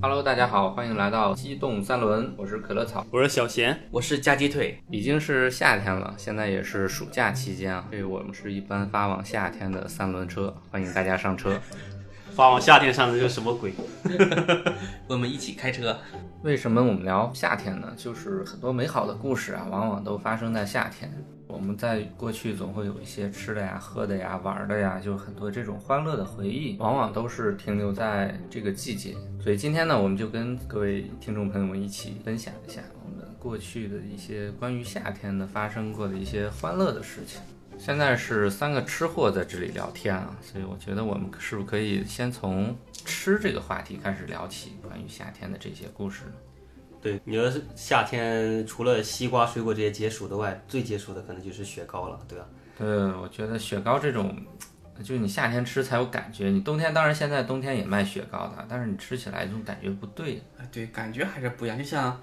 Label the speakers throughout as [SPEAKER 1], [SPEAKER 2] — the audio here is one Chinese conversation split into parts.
[SPEAKER 1] Hello，大家好，欢迎来到机动三轮，我是可乐草。
[SPEAKER 2] 我是小贤，
[SPEAKER 3] 我是夹鸡腿，
[SPEAKER 1] 已经是夏天了，现在也是暑假期间啊，所以我们是一般发往夏天的三轮车，欢迎大家上车。
[SPEAKER 2] 发往夏天上的是什么鬼？
[SPEAKER 3] 我们一起开车。
[SPEAKER 1] 为什么我们聊夏天呢？就是很多美好的故事啊，往往都发生在夏天。我们在过去总会有一些吃的呀、喝的呀、玩的呀，就很多这种欢乐的回忆，往往都是停留在这个季节。所以今天呢，我们就跟各位听众朋友们一起分享一下我们过去的一些关于夏天的发生过的一些欢乐的事情。现在是三个吃货在这里聊天啊，所以我觉得我们是不是可以先从吃这个话题开始聊起，关于夏天的这些故事呢？
[SPEAKER 2] 对，你说是夏天除了西瓜、水果这些解暑的外，最解暑的可能就是雪糕了，对吧？
[SPEAKER 1] 对，我觉得雪糕这种，就是你夏天吃才有感觉。你冬天当然现在冬天也卖雪糕的，但是你吃起来就感觉不 对。
[SPEAKER 3] 啊，对，感觉还是不一样。就像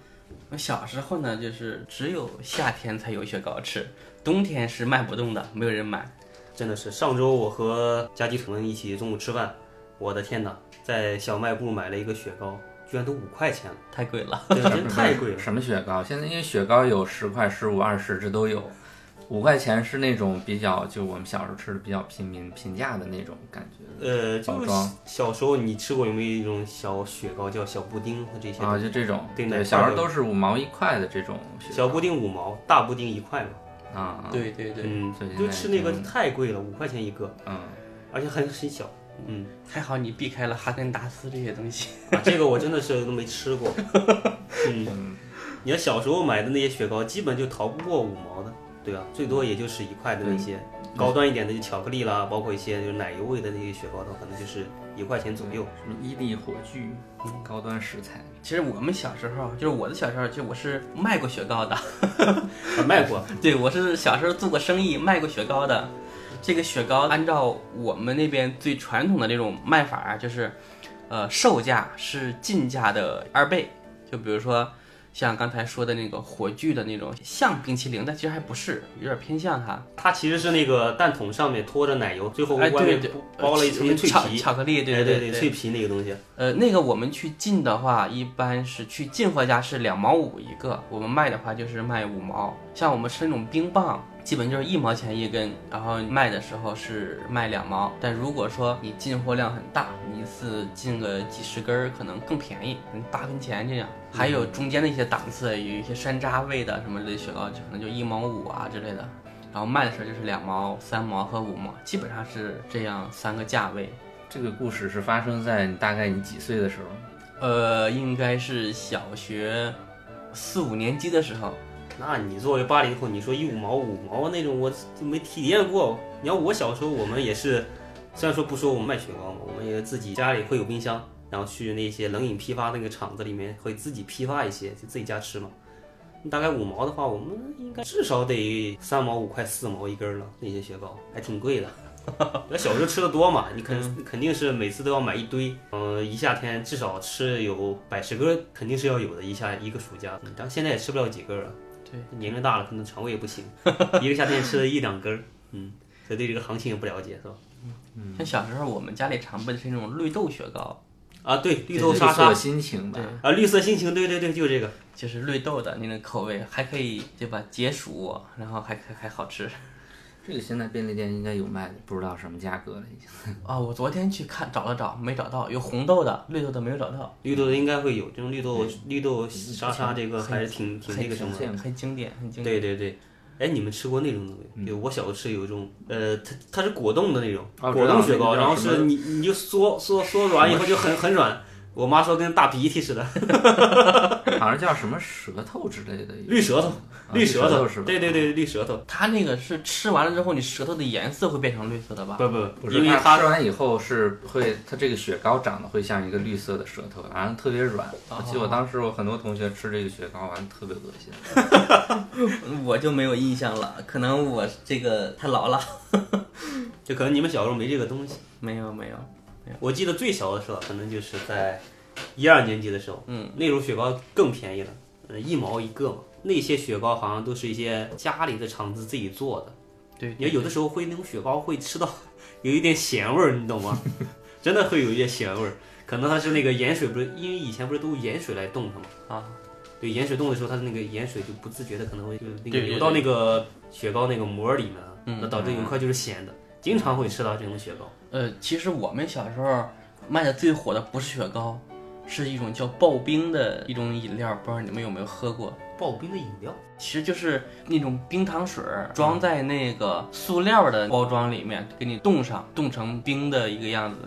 [SPEAKER 3] 我小时候呢，就是只有夏天才有雪糕吃，冬天是卖不动的，没有人买。
[SPEAKER 2] 真的是，上周我和家鸡同们一起中午吃饭，我的天哪，在小卖部买了一个雪糕，居然都五块钱了，
[SPEAKER 3] 太贵 了。
[SPEAKER 2] 对，真太贵了。
[SPEAKER 1] 什么雪糕？现在因为雪糕有十块、十五、二十，这都有。五块钱是那种比较，就我们小时候吃的比较平民平价的那种感觉。
[SPEAKER 2] 呃，
[SPEAKER 1] 包
[SPEAKER 2] 就是
[SPEAKER 1] 装
[SPEAKER 2] 小时候你吃过有没有一种小雪糕叫小布丁或这些
[SPEAKER 1] 啊，
[SPEAKER 2] 东西？
[SPEAKER 1] 就这种，
[SPEAKER 2] 对奶
[SPEAKER 1] 对，
[SPEAKER 2] 泡
[SPEAKER 1] 小时候
[SPEAKER 2] 的
[SPEAKER 1] 都是五毛一块的这种雪
[SPEAKER 2] 小布丁五毛，大布丁一块嘛。
[SPEAKER 1] 糕啊，啊
[SPEAKER 3] 对对对，
[SPEAKER 2] 嗯
[SPEAKER 1] 最近，
[SPEAKER 2] 就
[SPEAKER 1] 在
[SPEAKER 2] 吃那个
[SPEAKER 1] 听
[SPEAKER 2] 太贵了，五块钱一个，
[SPEAKER 1] 嗯，
[SPEAKER 2] 而且很很小。嗯，
[SPEAKER 3] 还好你避开了哈根达斯这些东西。
[SPEAKER 2] 啊，这个我真的是都没吃过。嗯，你要小时候买的那些雪糕，基本就逃不过五毛的，对吧？最多也就是一块的
[SPEAKER 3] 嗯
[SPEAKER 2] 那些，高端一点的就巧克力啦，包括一些就是奶油味的那些雪糕的话，可能就是一块钱左右。
[SPEAKER 1] 什么伊利火炬，高端食材。
[SPEAKER 3] 其实我们小时候，就是我的小时候，就我是卖过雪糕的。嗯
[SPEAKER 2] 啊，卖过，
[SPEAKER 3] 对，我是小时候做过生意，卖过雪糕的。这个雪糕按照我们那边最传统的那种卖法啊，就是，呃，售价是进价的二倍。就比如说，像刚才说的那个火炬的那种，像冰淇淋，但其实还不是，有点偏向它。
[SPEAKER 2] 它其实是那个蛋筒上面托着奶油，最后
[SPEAKER 3] 哎，
[SPEAKER 2] 外
[SPEAKER 3] 对
[SPEAKER 2] 面
[SPEAKER 3] 对，呃
[SPEAKER 2] 包了一层脆
[SPEAKER 3] 巧
[SPEAKER 2] 皮。
[SPEAKER 3] 巧克力，对
[SPEAKER 2] 哎对
[SPEAKER 3] 对
[SPEAKER 2] 脆皮那个东西，
[SPEAKER 3] 呃，那个我们去进的话，一般是去进货价是两毛五一个，我们卖的话就是卖五毛。像我们吃那种冰棒，基本就是一毛钱一根，然后卖的时候是卖两毛。但如果说你进货量很大，你一次进个几十根儿，可能更便宜，可能八分钱这样。还有中间的一些档次，有一些山楂味的什么类的雪糕，就可能就一毛五啊之类的。然后卖的时候就是两毛、三毛和五毛，基本上是这样三个价位。
[SPEAKER 1] 这个故事是发生在你大概你几岁的时候？
[SPEAKER 3] 呃，应该是小学四五年级的时候。
[SPEAKER 2] 那你作为八零后，你说一五毛五毛那种，我就没体验过。你要我小时候，我们也是，虽然说不说我们卖雪糕嘛，我们也自己家里会有冰箱，然后去那些冷饮批发那个厂子里面会自己批发一些，就自己家吃嘛。大概五毛的话，我们应该至少得三毛、五块、四毛一根儿了，那些雪糕还挺贵的。 那小时候吃的多嘛，你肯肯定是每次都要买一堆，嗯、一夏天至少吃有百十根儿，肯定是要有的，一下一个暑假。嗯但现在也吃不了几根儿了。年龄大了，可能肠胃也不行，一个夏天吃了一两根儿，嗯，所以对这个行情也不了解，是吧？嗯
[SPEAKER 3] 像小时候我们家里常备的是那种绿豆雪糕，
[SPEAKER 2] 啊，对，绿豆
[SPEAKER 1] 这
[SPEAKER 2] 沙
[SPEAKER 1] 是我
[SPEAKER 2] 沙
[SPEAKER 1] 心情吧。
[SPEAKER 2] 啊，绿色心情，对对对，就这个。
[SPEAKER 3] 就是绿豆的那种口味，还可以对吧？解暑，然后还还还好吃。
[SPEAKER 1] 这个现在便利店应该有卖的，不知道什么价格了已经。
[SPEAKER 3] 啊、我昨天去看找了找，没找到，有红豆的，绿豆的没有找到，
[SPEAKER 2] 绿豆的应该会有这种绿豆绿豆沙沙，这个还是挺挺嗯那个什么。
[SPEAKER 1] 见
[SPEAKER 3] 很经典，很经典。
[SPEAKER 2] 对对对，哎，你们吃过那种东
[SPEAKER 1] 嗯
[SPEAKER 2] 西？有，我小时候吃有一种，呃，它它是果冻的那种，
[SPEAKER 1] 哦
[SPEAKER 2] 果冻雪
[SPEAKER 1] 知道那个叫
[SPEAKER 2] 糕，然后
[SPEAKER 1] 什
[SPEAKER 2] 是你你就缩缩缩软以后就很很软，我妈说跟大鼻涕似的，
[SPEAKER 1] 好像叫什么舌头之类的。
[SPEAKER 2] 绿舌头，
[SPEAKER 1] 啊
[SPEAKER 2] 绿
[SPEAKER 1] 舌
[SPEAKER 2] 舌头
[SPEAKER 1] 是，吧？
[SPEAKER 2] 对对对，绿舌头，
[SPEAKER 3] 它那个是吃完了之后，你舌头的颜色会变成绿色的吧？
[SPEAKER 2] 不不
[SPEAKER 1] 啊不
[SPEAKER 2] 不，
[SPEAKER 1] 是，
[SPEAKER 2] 因为它
[SPEAKER 1] 它吃完以后是会，它这个雪糕长得会像一个绿色的舌头，好像特别软。
[SPEAKER 2] 哦
[SPEAKER 1] 我记得我当时我很多同学吃这个雪糕，完了特别恶心。
[SPEAKER 3] 我就没有印象了，可能我这个太老了。
[SPEAKER 2] 就可能你们小时候没这个东西。
[SPEAKER 3] 没有没有，
[SPEAKER 2] 我记得最小的时候，可能就是在一二年级的时候，嗯，那种雪糕更便宜了，嗯，一毛一个嘛。那些雪糕好像都是一些家里的厂子自己做的，
[SPEAKER 3] 对，
[SPEAKER 2] 你看有的时候 会那种雪糕会吃到有一点咸味儿，你懂吗？真的会有一些咸味儿，可能它是那个盐水不是，因为以前不是都用盐水来冻它嘛，
[SPEAKER 3] 啊，
[SPEAKER 2] 对，盐水冻的时候，它的那个盐水就不自觉的可能会就那个
[SPEAKER 3] 对对
[SPEAKER 2] 流到那个雪糕那个膜里面了，那导致有一块就是咸的，经常会吃到这种雪糕。
[SPEAKER 3] 呃，其实我们小时候卖的最火的不是雪糕，是一种叫刨冰的一种饮料，不知道你们有没有喝过？
[SPEAKER 2] 刨冰的饮料，
[SPEAKER 3] 其实就是那种冰糖水儿装在那个塑料的包装里面，给你冻上，冻成冰的一个样子，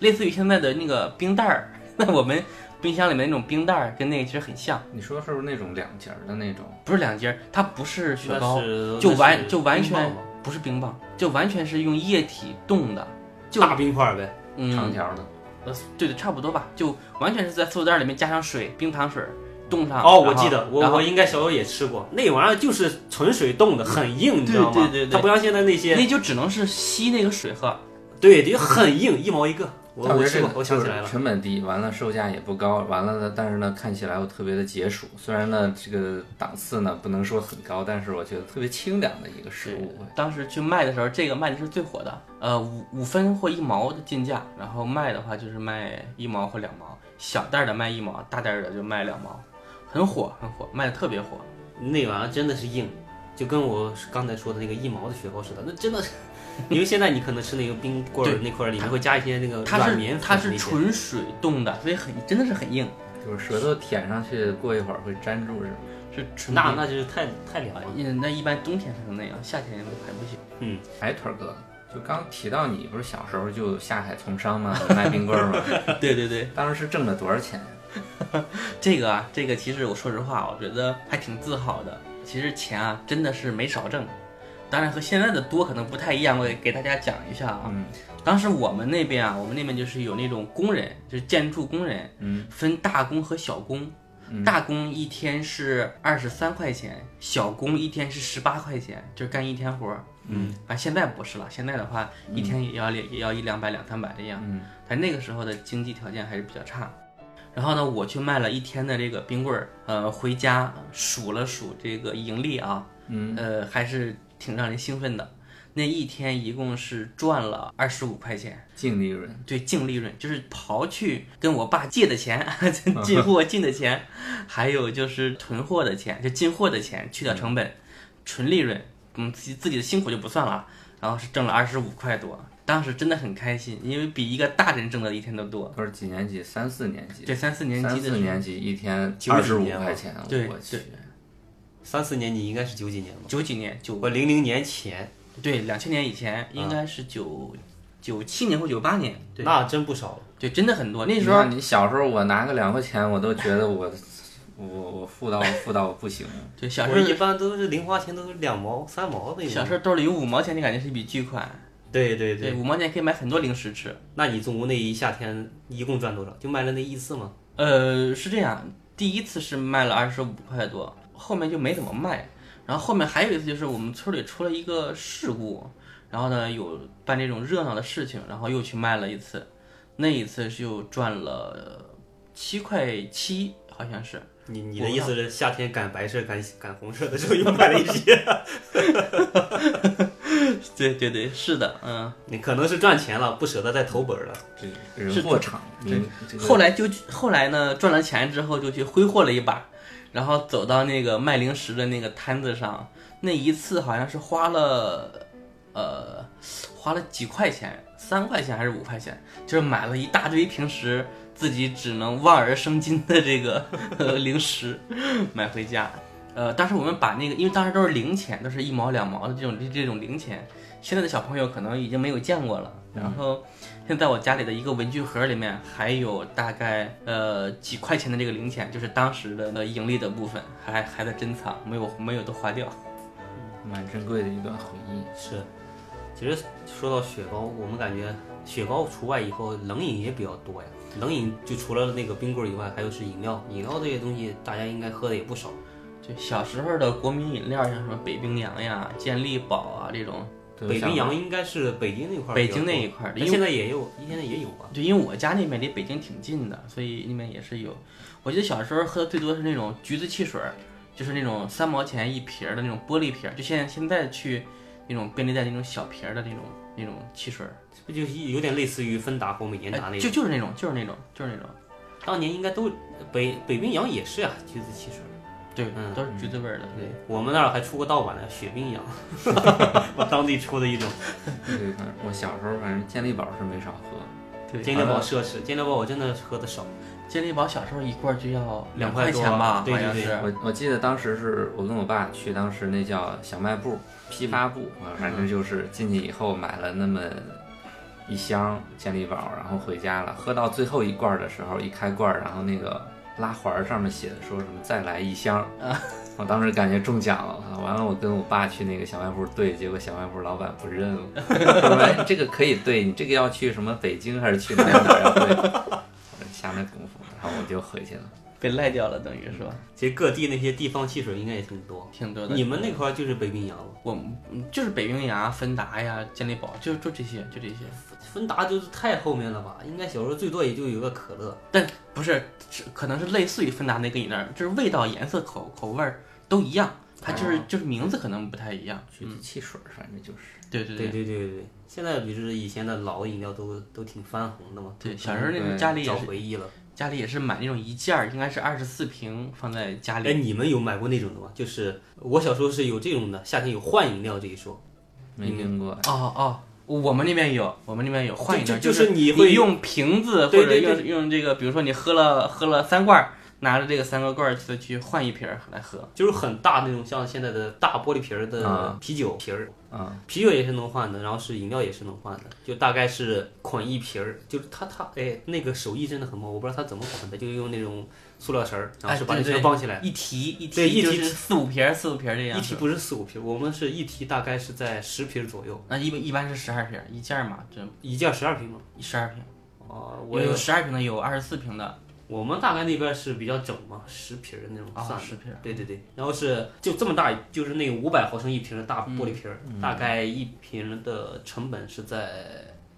[SPEAKER 3] 类似于现在的那个冰袋儿。 那我们冰箱里面那种冰袋儿跟那个其实很像，
[SPEAKER 1] 你说是不是那种两节儿的那种？
[SPEAKER 3] 不是两节儿，它不是雪糕
[SPEAKER 2] 那，是
[SPEAKER 3] 就完
[SPEAKER 2] 那是
[SPEAKER 3] 就完全
[SPEAKER 2] 冰棒嘛
[SPEAKER 3] 不是冰棒，就完全是用液体冻的，就
[SPEAKER 2] 大冰块呗，
[SPEAKER 3] 嗯，
[SPEAKER 1] 长条的，
[SPEAKER 3] 呃，对对，差不多吧，就完全是在塑料袋里面加上水，冰糖水冻上。
[SPEAKER 2] 哦，我
[SPEAKER 3] 然后
[SPEAKER 2] 记得，我
[SPEAKER 3] 然后
[SPEAKER 2] 我应该小时候也吃过，那玩意儿就是纯水冻的，很硬，你知道吗？
[SPEAKER 3] 对对对对
[SPEAKER 2] 它不像现在那些，
[SPEAKER 3] 那就只能是吸那个水喝。
[SPEAKER 2] 对，就很硬，一毛一个。我
[SPEAKER 1] 但
[SPEAKER 2] 我
[SPEAKER 1] 觉得
[SPEAKER 2] 吃
[SPEAKER 1] 这
[SPEAKER 2] 过
[SPEAKER 1] 个，
[SPEAKER 2] 我想
[SPEAKER 1] 就
[SPEAKER 2] 起来
[SPEAKER 1] 是
[SPEAKER 2] 了，
[SPEAKER 1] 成本低，完了售价也不高，完了呢，但是呢看起来又特别的解暑。虽然呢这个档次呢不能说很高，但是我觉得特别清凉的一个食物。
[SPEAKER 3] 当时去卖的时候，这个卖的是最火的，呃，五五分或一毛的进价，然后卖的话就是卖一毛或两毛，小袋儿的卖一毛，大袋儿的就卖两毛，很火很火，卖的特别火。
[SPEAKER 2] 那玩意儿真的是硬，就跟我刚才说的那个一毛的雪糕似的，那真的是。因为现在你可能吃那个冰棍儿
[SPEAKER 3] 对
[SPEAKER 2] 那块儿里面会加一些那个
[SPEAKER 3] 它
[SPEAKER 2] 呃软
[SPEAKER 3] 是
[SPEAKER 2] 绵
[SPEAKER 3] 它
[SPEAKER 2] 粉那
[SPEAKER 3] 是
[SPEAKER 2] 些
[SPEAKER 3] 纯水冻的，所以很真的是很硬，
[SPEAKER 1] 就是舌头舔上去，过一会儿会粘住，是吗？
[SPEAKER 3] 是纯
[SPEAKER 2] 那
[SPEAKER 3] 冰
[SPEAKER 2] 那就是太太凉了。
[SPEAKER 3] 嗯那一般冬天才能那样，夏天还不行。
[SPEAKER 1] 哎，腿儿哥，就刚提到你不是小时候就下海从商吗？卖冰棍儿吗？
[SPEAKER 3] 对对对。
[SPEAKER 1] 当时挣了多少钱？
[SPEAKER 3] 这个啊，这个其实我说实话，我觉得还挺自豪的。其实钱啊，真的是没少挣，当然和现在的多可能不太一样，我也给大家讲一下啊。
[SPEAKER 1] 嗯
[SPEAKER 3] 当时我们那边啊，我们那边就是有那种工人，就是建筑工人，
[SPEAKER 1] 嗯，
[SPEAKER 3] 分大工和小工。大工一天是二十三块钱，小工一天是十八块钱，就是干一天活儿。
[SPEAKER 2] 嗯，
[SPEAKER 3] 啊，现在不是了，现在的话一天也要、也要一两百两三百这样。
[SPEAKER 1] 嗯，
[SPEAKER 3] 但那个时候的经济条件还是比较差。然后呢，我去卖了一天的这个冰棍儿，呃，回家数了数这个盈利啊，嗯，呃，还是挺让人兴奋的。那一天一共是赚了二十五块钱，
[SPEAKER 1] 净利润。
[SPEAKER 3] 对，净利润就是刨去跟我爸借的钱、 进货进的钱，还有就是囤货的钱，就进货的钱去掉成本，纯利润，嗯，自己自己的辛苦就不算了，然后是挣了二十五块多，当时真的很开心，因为比一个大人挣的一天都多。
[SPEAKER 1] 都是几年级？三四年级。
[SPEAKER 3] 对，三四年级
[SPEAKER 1] 三
[SPEAKER 3] 的时
[SPEAKER 1] 四
[SPEAKER 3] 候
[SPEAKER 1] 年级一天
[SPEAKER 2] 九
[SPEAKER 1] 二
[SPEAKER 2] 几
[SPEAKER 1] 十五
[SPEAKER 2] 年了
[SPEAKER 1] 块钱，
[SPEAKER 3] 对
[SPEAKER 1] 我去
[SPEAKER 3] 对，
[SPEAKER 2] 三四年你应该是九几年吧？
[SPEAKER 3] 九几年九
[SPEAKER 2] 我零零年前，
[SPEAKER 3] 对两千年以
[SPEAKER 2] 啊
[SPEAKER 3] 前应该是九九七年或九八年，对
[SPEAKER 2] 那真不少了。
[SPEAKER 3] 对，真的很多。那
[SPEAKER 1] 你
[SPEAKER 3] 时候
[SPEAKER 1] 看你小时候，我拿个两块钱，我都觉得我我我富到富到我不行了。
[SPEAKER 3] 对小时
[SPEAKER 2] 我嗯一
[SPEAKER 3] 候
[SPEAKER 2] 般都是零花钱都是两毛三毛那种。
[SPEAKER 3] 小时候兜里有五毛钱，就感觉是一笔巨款。
[SPEAKER 2] 对对对
[SPEAKER 3] 对，，五毛钱可以买很多零食吃。
[SPEAKER 2] 那你总共那一夏天一共赚多少？就卖了那一次吗？
[SPEAKER 3] 呃，是这样，第一次是卖了二十五块多，后面就没怎么卖。然后后面还有一次就是我们村里出了一个事故，然后呢有办这种热闹的事情，然后又去卖了一次，那一次就赚了七块七，好像是。
[SPEAKER 2] 你你的意思是夏天赶白色赶赶红色的时候又卖了一 些，
[SPEAKER 3] 对对对，是的，嗯。
[SPEAKER 2] 你可能是赚钱了，不舍得再投本了。
[SPEAKER 1] 这人过场，你这个
[SPEAKER 3] 后来就后来呢，赚了钱之后就去挥霍了一把，然后走到那个卖零食的那个摊子上，那一次好像是花了，呃，花了几块钱，三块钱还是五块钱，就是买了一大堆平时自己只能望而生津的这个 呃零食，买回家。呃，当时我们把那个，因为当时都是零钱，都是一毛两毛的这种这种零钱，现在的小朋友可能已经没有见过了。然后现在我家里的一个文具盒里面还有大概呃几块钱的这个零钱，就是当时的呃盈利的部分，还还在珍藏，没有没有都花掉。
[SPEAKER 1] 蛮珍贵的一段回忆。
[SPEAKER 2] 是，其实说到雪糕，我们感觉雪糕除外以后，冷饮也比较多呀。冷饮就除了那个冰棍儿以外，还有是饮料，饮料这些东西大家应该喝的也不少。
[SPEAKER 3] 就小时候的国民饮料，像什么北冰洋呀、健力宝啊这种，
[SPEAKER 1] 对
[SPEAKER 2] 北冰
[SPEAKER 1] 小
[SPEAKER 2] 洋应该是北京那块儿比
[SPEAKER 3] 北
[SPEAKER 2] 较多，
[SPEAKER 3] 京那一块儿的
[SPEAKER 2] 但
[SPEAKER 3] 因为
[SPEAKER 2] 现在也有，现在也有吧。
[SPEAKER 3] 对，因为我家那边离北京挺近的，所以那边也是有。我记得小时候喝的最多是那种橘子汽水儿，就是那种三毛钱一瓶儿的那种玻璃瓶儿，就现在现在去那种便利店那种小瓶儿的那种那种汽水儿，
[SPEAKER 2] 不就是有点类似于芬达或美年达
[SPEAKER 3] 哎
[SPEAKER 2] 那种？
[SPEAKER 3] 就就是那种就是那种就是那种，
[SPEAKER 2] 当年应该都北北冰洋也是啊，橘子汽水。
[SPEAKER 3] 对，
[SPEAKER 2] 嗯
[SPEAKER 3] 都是橘子味儿的。
[SPEAKER 2] 对我们那儿还出过盗版的雪冰洋， 当地出的一种。
[SPEAKER 1] 对，反正我小时候反正健力宝是没少喝，
[SPEAKER 3] 对
[SPEAKER 2] 健力宝奢侈，健力宝我真的喝的少。
[SPEAKER 3] 健力宝小时候一罐就要
[SPEAKER 2] 两块
[SPEAKER 3] 块
[SPEAKER 2] 多
[SPEAKER 3] 钱吧，
[SPEAKER 2] 对
[SPEAKER 3] 好
[SPEAKER 2] 对
[SPEAKER 3] 像
[SPEAKER 2] 对
[SPEAKER 3] 是。
[SPEAKER 1] 我我记得当时是我跟我爸去当时那叫小卖部、批发部，啊反正就是进去以后买了那么一箱健力宝，然后回家了，喝到最后一罐的时候，一开罐，然后那个拉环儿上面写的说什么再来一箱，我当时感觉中奖了，啊完了我跟我爸去那个小卖部兑，结果小卖部老板不认我，他说哎这个可以兑，你这个要去什么北京还是去哪儿哪儿 要兑，我下那功夫，然后我就回去了。
[SPEAKER 3] 被赖掉了，等于是吧？
[SPEAKER 2] 其实各地那些地方汽水应该也挺多。
[SPEAKER 3] 挺多的。
[SPEAKER 2] 你们那块儿就是北冰洋了，
[SPEAKER 3] 我们嗯就是北冰洋、芬达呀、健力宝，就就这些，就这些。
[SPEAKER 2] 芬达就是太后面了吧？应该小时候最多也就有个可乐。
[SPEAKER 3] 但不是，是可能是类似于芬达那个饮料，就是味道、颜色、口口味儿都一样，它就是、就是名字可能不太一样。
[SPEAKER 1] 橘子汽水，反正就是。
[SPEAKER 3] 对对
[SPEAKER 2] 对对对对对，现在就是以前的老饮料都都挺翻红的嘛。
[SPEAKER 3] 嗯对，小时候那个家里也
[SPEAKER 2] 找
[SPEAKER 3] 是
[SPEAKER 2] 回忆了。
[SPEAKER 3] 家里也是买那种一件儿，应该是二十四瓶放在家
[SPEAKER 2] 哎，
[SPEAKER 3] 里。
[SPEAKER 2] 你们有买过那种的吗？就是我小时候是有这种的，夏天有换饮料这一说。
[SPEAKER 1] 没听过。
[SPEAKER 3] 哦哦，我们那边有，我们那边有换饮料，
[SPEAKER 2] 就就是就是你会
[SPEAKER 3] 用瓶子或
[SPEAKER 2] 对
[SPEAKER 3] 者
[SPEAKER 2] 对
[SPEAKER 3] 用用这个，比如说你喝了喝了三罐儿，拿着这个三个罐儿去去换一瓶儿来喝。
[SPEAKER 2] 就是很大那种，像现在的大玻璃瓶儿的
[SPEAKER 1] 啊
[SPEAKER 2] 啤酒瓶儿，
[SPEAKER 1] 啊，
[SPEAKER 2] 啤酒也是能换的，然后是饮料也是能换的，就大概是捆一瓶儿，就是他他哎那个手艺真的很棒，我不知道他怎么捆的，就是用那种塑料绳儿，然后是把
[SPEAKER 3] 哎
[SPEAKER 2] 这
[SPEAKER 3] 对对
[SPEAKER 2] 全绑起来，
[SPEAKER 3] 一提一提
[SPEAKER 2] 对一
[SPEAKER 3] 就
[SPEAKER 2] 提
[SPEAKER 3] 是四五瓶儿四五瓶儿这样
[SPEAKER 2] 一
[SPEAKER 3] 是
[SPEAKER 2] 提
[SPEAKER 3] 吧。
[SPEAKER 2] 不是四五瓶儿，我们是一提大概是在十瓶儿左右，
[SPEAKER 3] 那一般一般是十二瓶儿一件儿嘛，这
[SPEAKER 2] 一件十二瓶嘛。
[SPEAKER 3] 十二瓶。
[SPEAKER 2] 哦、我
[SPEAKER 3] 我有十二瓶的，有二十四瓶的，
[SPEAKER 2] 我们大概那边是比较整嘛，十瓶儿的那种
[SPEAKER 3] 啊
[SPEAKER 2] 算的
[SPEAKER 3] 十瓶儿
[SPEAKER 2] 对对对，然后是就这么大，就是那个五百毫升一瓶的大玻璃瓶儿，大概一瓶的成本是在，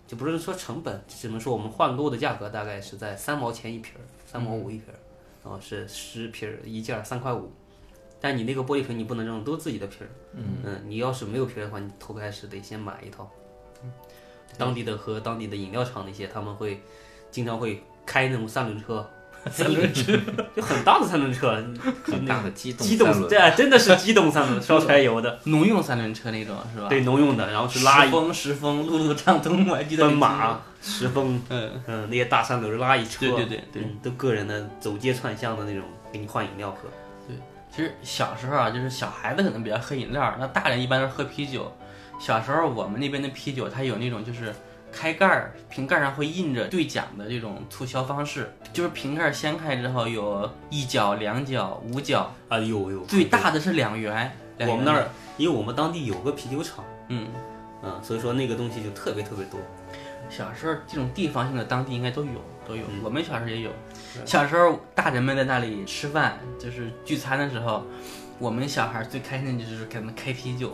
[SPEAKER 2] 就不是说成本，只能说我们换购的价格大概是在三毛钱一瓶儿，三毛五一瓶儿，然后是十瓶儿一件三块五。但你那个玻璃瓶你不能扔，都自己的瓶儿。嗯你要是没有瓶儿的话，你头开始得先买一套。当地的和当地的饮料厂那些，他们会经常会开那种三轮车，三轮车 就很大的三轮车，就
[SPEAKER 1] 很
[SPEAKER 2] 那
[SPEAKER 1] 大的机动
[SPEAKER 2] 机动
[SPEAKER 1] 三，轮
[SPEAKER 2] 对啊，真的是机动三轮，烧柴油的，
[SPEAKER 3] 农用三轮车那种 是吧？
[SPEAKER 2] 对，农用的，然后是拉
[SPEAKER 3] 十
[SPEAKER 2] 一
[SPEAKER 3] 风十风路路畅通，我还记得
[SPEAKER 2] 奔
[SPEAKER 3] 很清
[SPEAKER 2] 马
[SPEAKER 3] 楚。、
[SPEAKER 2] 石峰，
[SPEAKER 3] 嗯，
[SPEAKER 2] 嗯，那些大三轮拉一车，
[SPEAKER 3] 对对对对。啊
[SPEAKER 2] 嗯，都个人的走街串巷的那种，给你换饮料喝。
[SPEAKER 3] 其实小时候啊，就是小孩子可能比较喝饮料，那大人一般都是喝啤酒。小时候我们那边的啤酒，它有那种就是开盖儿，瓶盖上会印着兑奖的这种促销方式，就是瓶盖掀开之后有一角、两角、五角，
[SPEAKER 2] 啊，有有，哎
[SPEAKER 3] 最大的是两元。两
[SPEAKER 2] 我们
[SPEAKER 3] 元
[SPEAKER 2] 那儿，因为我们当地有个啤酒厂，
[SPEAKER 3] 嗯，
[SPEAKER 2] 嗯，所以说那个东西就特别特别多。
[SPEAKER 3] 小时候这种地方性的当地应该都有，都有。
[SPEAKER 2] 嗯
[SPEAKER 3] 我们小时候也有。
[SPEAKER 2] 对
[SPEAKER 3] 小时候大人们在那里吃饭，就是聚餐的时候，我们小孩最开心的就是给他们开啤酒，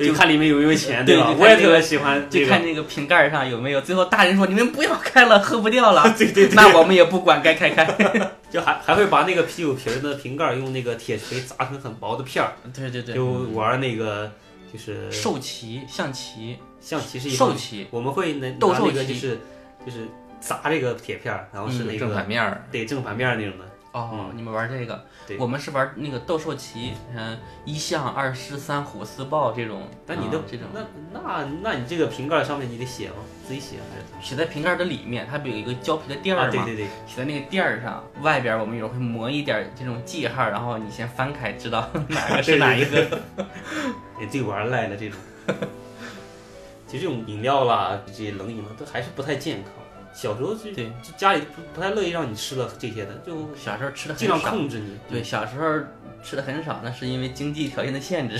[SPEAKER 2] 就看里面有没有钱，
[SPEAKER 3] 对
[SPEAKER 2] 吧？
[SPEAKER 3] 就看
[SPEAKER 2] 我也
[SPEAKER 3] 那
[SPEAKER 2] 特
[SPEAKER 3] 个
[SPEAKER 2] 别喜欢这
[SPEAKER 3] 就
[SPEAKER 2] 个
[SPEAKER 3] 看。那个瓶盖上有没有。最后大人说：“你们不要开了，喝不掉了。”
[SPEAKER 2] 对对对
[SPEAKER 3] 那我们也不管，该开开。
[SPEAKER 2] 就还还会把那个啤酒瓶儿的瓶盖儿用那个铁锤砸成很薄的片儿，
[SPEAKER 3] 对对对，
[SPEAKER 2] 就玩儿那个就是
[SPEAKER 3] 兽棋、象棋、
[SPEAKER 2] 象棋是一方
[SPEAKER 3] 兽
[SPEAKER 2] 面，
[SPEAKER 3] 棋，
[SPEAKER 2] 我们会拿拿
[SPEAKER 3] 斗兽
[SPEAKER 2] 那个
[SPEAKER 3] 棋嗯
[SPEAKER 2] 就是就是砸这个铁片儿，然后是那
[SPEAKER 1] 正
[SPEAKER 2] 个
[SPEAKER 1] 反面 儿，
[SPEAKER 2] 对正反面儿那种的，
[SPEAKER 3] 哦，你们玩这个
[SPEAKER 2] 嗯对，
[SPEAKER 3] 我们是玩那个斗兽棋，嗯，一象、二狮、三虎、四豹这种。
[SPEAKER 2] 但你
[SPEAKER 3] 啊
[SPEAKER 2] 的、
[SPEAKER 3] 这种
[SPEAKER 2] 那那那你这个瓶盖儿上面你得写吗？自己写还是？
[SPEAKER 3] 写在瓶盖的里面，它不有一个胶皮的垫
[SPEAKER 2] 啊，
[SPEAKER 3] 儿
[SPEAKER 2] 对
[SPEAKER 3] 吗？
[SPEAKER 2] 对对，
[SPEAKER 3] 写在那个垫儿上，外边儿我们有时候会磨一点儿这种记号，然后你先翻开，知道哪 个是哪一个。
[SPEAKER 2] 哎，这玩儿赖了这种。其实这种饮料啦，这些冷饮啦，都还是不太健康。小时候就
[SPEAKER 3] 对
[SPEAKER 2] 就家里不不太乐意让你吃了这些的，就
[SPEAKER 3] 小时候吃的
[SPEAKER 2] 尽
[SPEAKER 3] 很
[SPEAKER 2] 量
[SPEAKER 3] 少，
[SPEAKER 2] 控制你。
[SPEAKER 3] 对，小时候吃的很少，那是因为经济条件的限制。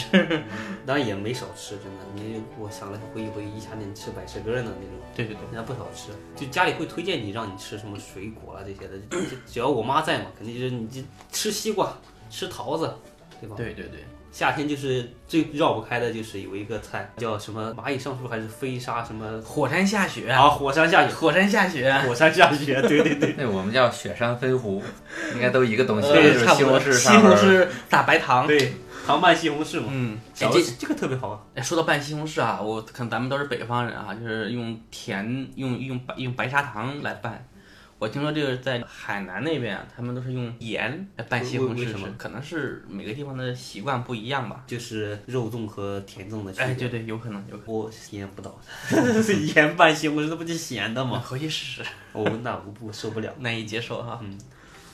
[SPEAKER 2] 当然也没少吃，真的。你我想了回忆回忆，一下子吃百事根儿呢那种，
[SPEAKER 3] 对对对，
[SPEAKER 2] 人家不少吃。就家里会推荐你让你吃什么水果啊啦这些的，就就只要我妈在嘛，肯定就是你就吃西瓜，吃桃子，对吧？
[SPEAKER 3] 对对对，
[SPEAKER 2] 夏天就是最绕不开的，就是有一个菜叫什么蚂蚁上树还是飞沙什么
[SPEAKER 3] 呃火山下雪，
[SPEAKER 2] 啊，火山下雪，
[SPEAKER 3] 火山下雪，
[SPEAKER 2] 火山下雪，对 对对，
[SPEAKER 1] 那我们叫雪山飞狐，应该都一个东西，
[SPEAKER 2] 对
[SPEAKER 1] 就是
[SPEAKER 3] 呃差
[SPEAKER 1] 西
[SPEAKER 3] 不
[SPEAKER 1] 红
[SPEAKER 3] 多。
[SPEAKER 1] 柿
[SPEAKER 3] 西
[SPEAKER 1] 上
[SPEAKER 3] 红
[SPEAKER 1] 面
[SPEAKER 3] 柿打白糖。
[SPEAKER 2] 对，糖拌西红柿嘛，
[SPEAKER 3] 嗯，哎
[SPEAKER 2] 小
[SPEAKER 3] 这
[SPEAKER 2] 时候这个特别好啊，
[SPEAKER 3] 哎说到拌西红柿啊，我可能咱们都是北方人啊，就是用甜用用白用白砂糖来拌。我听说这个在海南那边啊，他们都是用盐来拌西红
[SPEAKER 2] 为为
[SPEAKER 3] 柿
[SPEAKER 2] 什么
[SPEAKER 3] 吃，可能是每个地方的习惯不一样
[SPEAKER 2] 嗯
[SPEAKER 3] 吧。
[SPEAKER 2] 就是肉粽和甜粽的区别。
[SPEAKER 3] 哎，对对，有可能有可
[SPEAKER 2] 我体验不到， 盐拌西红柿那不就咸的
[SPEAKER 3] 能。
[SPEAKER 2] 吗？
[SPEAKER 3] 回去试试，
[SPEAKER 2] 我那我不受不了。
[SPEAKER 3] 难以接受啊哈。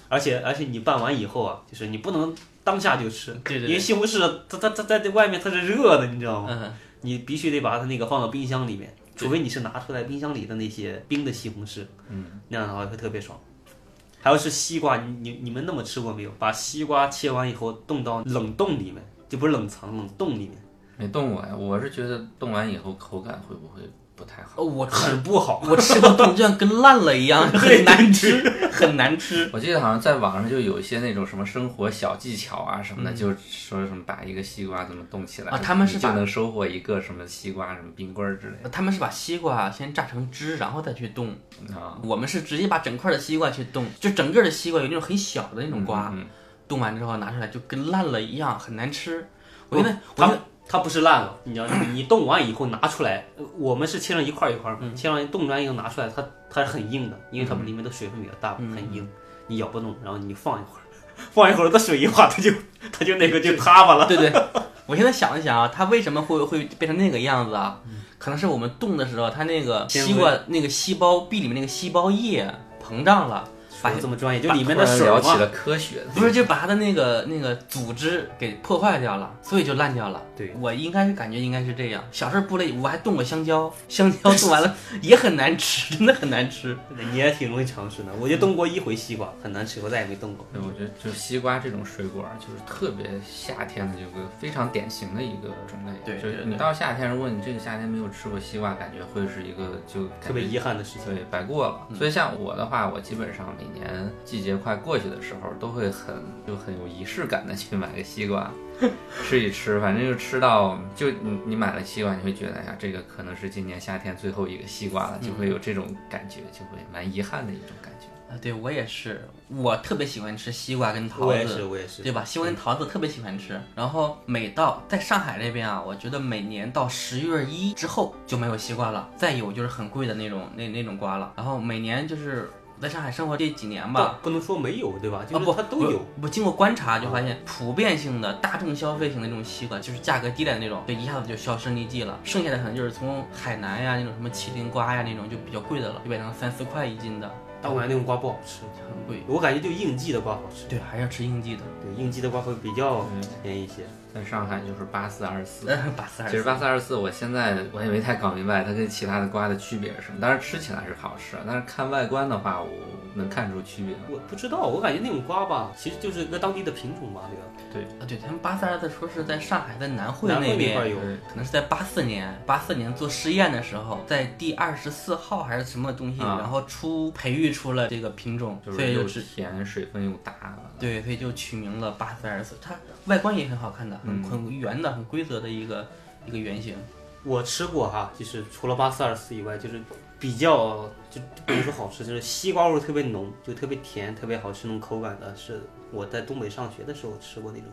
[SPEAKER 2] 而且而且你拌完以后啊，就是你不能当下就吃，
[SPEAKER 3] 对对对
[SPEAKER 2] 因为西红柿啊它它它在外面它是热的，你知道吗？
[SPEAKER 3] 嗯，
[SPEAKER 2] 你必须得把它那个放到冰箱里面，除非你是拿出来冰箱里的那些冰的西红柿，嗯，那样的话会特别爽。还有是西瓜，你你你们那么吃过没有？把西瓜切完以后冻到冷冻里面，就不是冷藏，冷冻里面
[SPEAKER 1] 没冻过呀，我是觉得冻完以后口感会不会不
[SPEAKER 2] 哎
[SPEAKER 1] 太好？
[SPEAKER 3] 哦我
[SPEAKER 2] 很不好。
[SPEAKER 3] 我吃过冻，就像跟烂了一 样，很难吃，很难吃。
[SPEAKER 1] 我记得好像在网上就有一些那种什么生活小技巧啊什么的，就说什么把一个西瓜怎么冻起来
[SPEAKER 3] 嗯啊他们是
[SPEAKER 1] 你就
[SPEAKER 3] 把
[SPEAKER 1] 能收获一个什么西瓜什么冰棍儿之类
[SPEAKER 3] 他们是把西瓜先榨成汁，然后再去冻。
[SPEAKER 1] 的啊。
[SPEAKER 3] 我们是直接把整块的西瓜去冻，就整个的西瓜有那种很小的那
[SPEAKER 1] 嗯
[SPEAKER 3] 种瓜，冻完之后拿出来就跟烂了一样，很难吃。 我现在我
[SPEAKER 2] 它
[SPEAKER 3] 现在
[SPEAKER 2] 它不是烂 了，你知道，你冻完以后拿出来，呃我们是切成一块儿一块儿嘛，切完冻完以后拿出来，它它是很硬的，因为它们里面的水分比较大，很硬，你咬不动，然后你放一会儿， 放一会儿，它水一化，它就 它就那个就塌巴了。
[SPEAKER 3] 对对，我现在想一想啊，它为什么会会变成那个样子啊？可能是我们冻的时候，它那个
[SPEAKER 2] 纤
[SPEAKER 3] 西瓜那个细胞壁里面那个细胞液膨胀了，
[SPEAKER 2] 说
[SPEAKER 3] 把
[SPEAKER 2] 得这么专业，就
[SPEAKER 3] 把
[SPEAKER 2] 里面
[SPEAKER 1] 突
[SPEAKER 2] 的
[SPEAKER 1] 然
[SPEAKER 2] 水
[SPEAKER 1] 聊起
[SPEAKER 2] 嘛，
[SPEAKER 1] 了科学，
[SPEAKER 3] 不是就把它的那个那个组织给破坏掉了，所以就烂掉了。
[SPEAKER 2] 对
[SPEAKER 3] 我应该是感觉应该是这样。小时候不累，我还冻过香蕉，香蕉冻完了 也很难吃，真的很难吃。
[SPEAKER 2] 你也挺容易尝试的。我就冻过一回西瓜，很难吃，我再也没冻过。
[SPEAKER 1] 对，我觉得就西瓜这种水果儿，就是特别夏天的，有个非常典型的一个种类。
[SPEAKER 3] 对
[SPEAKER 1] 就
[SPEAKER 3] 对
[SPEAKER 1] 是你
[SPEAKER 3] 对
[SPEAKER 1] 到夏天，如果你这个夏天没有吃过西瓜，感觉会是一个就
[SPEAKER 2] 特别遗憾的事情，
[SPEAKER 1] 对白过
[SPEAKER 3] 嗯
[SPEAKER 1] 了。所以像我的话，我基本上每年季节快过去的时候，都会很就很有仪式感的 去买个西 瓜吃一吃，反正就吃到就你你买了西瓜，你会觉得哎呀，这个可能是今年夏天最后一个西瓜了，就
[SPEAKER 3] 嗯
[SPEAKER 1] 会有这种感觉，就会蛮遗憾的一种感觉。
[SPEAKER 3] 啊，对我也是，我特别喜欢吃西瓜跟桃
[SPEAKER 2] 嗯我也是，
[SPEAKER 3] 子。
[SPEAKER 2] 我也是。嗯
[SPEAKER 3] 对吧？西瓜跟桃子特别喜欢吃，然后每到在上海这边啊，我觉得每年到十月一之后就没有西瓜了，再有就是很贵的那种那那种瓜了。然后每年就是我在上海生活这几年吧，
[SPEAKER 2] 不不能说没有，对吧？就
[SPEAKER 3] 啊不
[SPEAKER 2] 是它都有。嗯
[SPEAKER 3] 我经过观察就发现，普遍性的大众消费型的这种西瓜，就是价格低廉的那种，就一下子就销声匿迹了。剩下的可能就是从海南呀那种什么麒麟瓜呀那种就比较贵的了，就变成三四块一斤的，
[SPEAKER 2] 但我感觉那种瓜不好吃，
[SPEAKER 3] 很贵。
[SPEAKER 2] 我感觉就应季的瓜好吃。
[SPEAKER 3] 对，还是要吃应季的。
[SPEAKER 2] 对，应季的瓜会比较
[SPEAKER 1] 嗯
[SPEAKER 2] 便宜一些。
[SPEAKER 1] 在上海就是八四二四。
[SPEAKER 3] 嗯，把四二
[SPEAKER 1] 其实八四二四，我现在我也没太搞明白它跟其他的瓜的区别是什么，但是吃起来是好吃，啊但是看外观的话，我能看出区别。
[SPEAKER 2] 我不知道，我感觉那种瓜吧，其实就是跟当地的品种吧，对吧？
[SPEAKER 3] 啊，对他们八四二四说是在上海，在南汇
[SPEAKER 2] 南汇
[SPEAKER 3] 那
[SPEAKER 2] 那块
[SPEAKER 3] 边。
[SPEAKER 2] 有，
[SPEAKER 1] 对
[SPEAKER 3] 可能是在八四年，八四年做试验的时候，在第二十四号还是什么东西，
[SPEAKER 1] 啊
[SPEAKER 3] 然后出培育出了这个品种，
[SPEAKER 1] 就
[SPEAKER 3] 所
[SPEAKER 1] 是
[SPEAKER 3] 以
[SPEAKER 1] 又
[SPEAKER 3] 就是
[SPEAKER 1] 甜，水分又大。
[SPEAKER 3] 对，所以就取名了八四二四，它外观也很好看的，
[SPEAKER 1] 嗯
[SPEAKER 3] 很很圆的，很规则的一个一个圆形。
[SPEAKER 2] 我吃过哈，就是除了八四二四以外，就是比较就不能说好吃，就是西瓜味特别浓，就特别甜，特别好吃那种口感的，是我在东北上学的时候吃过那种。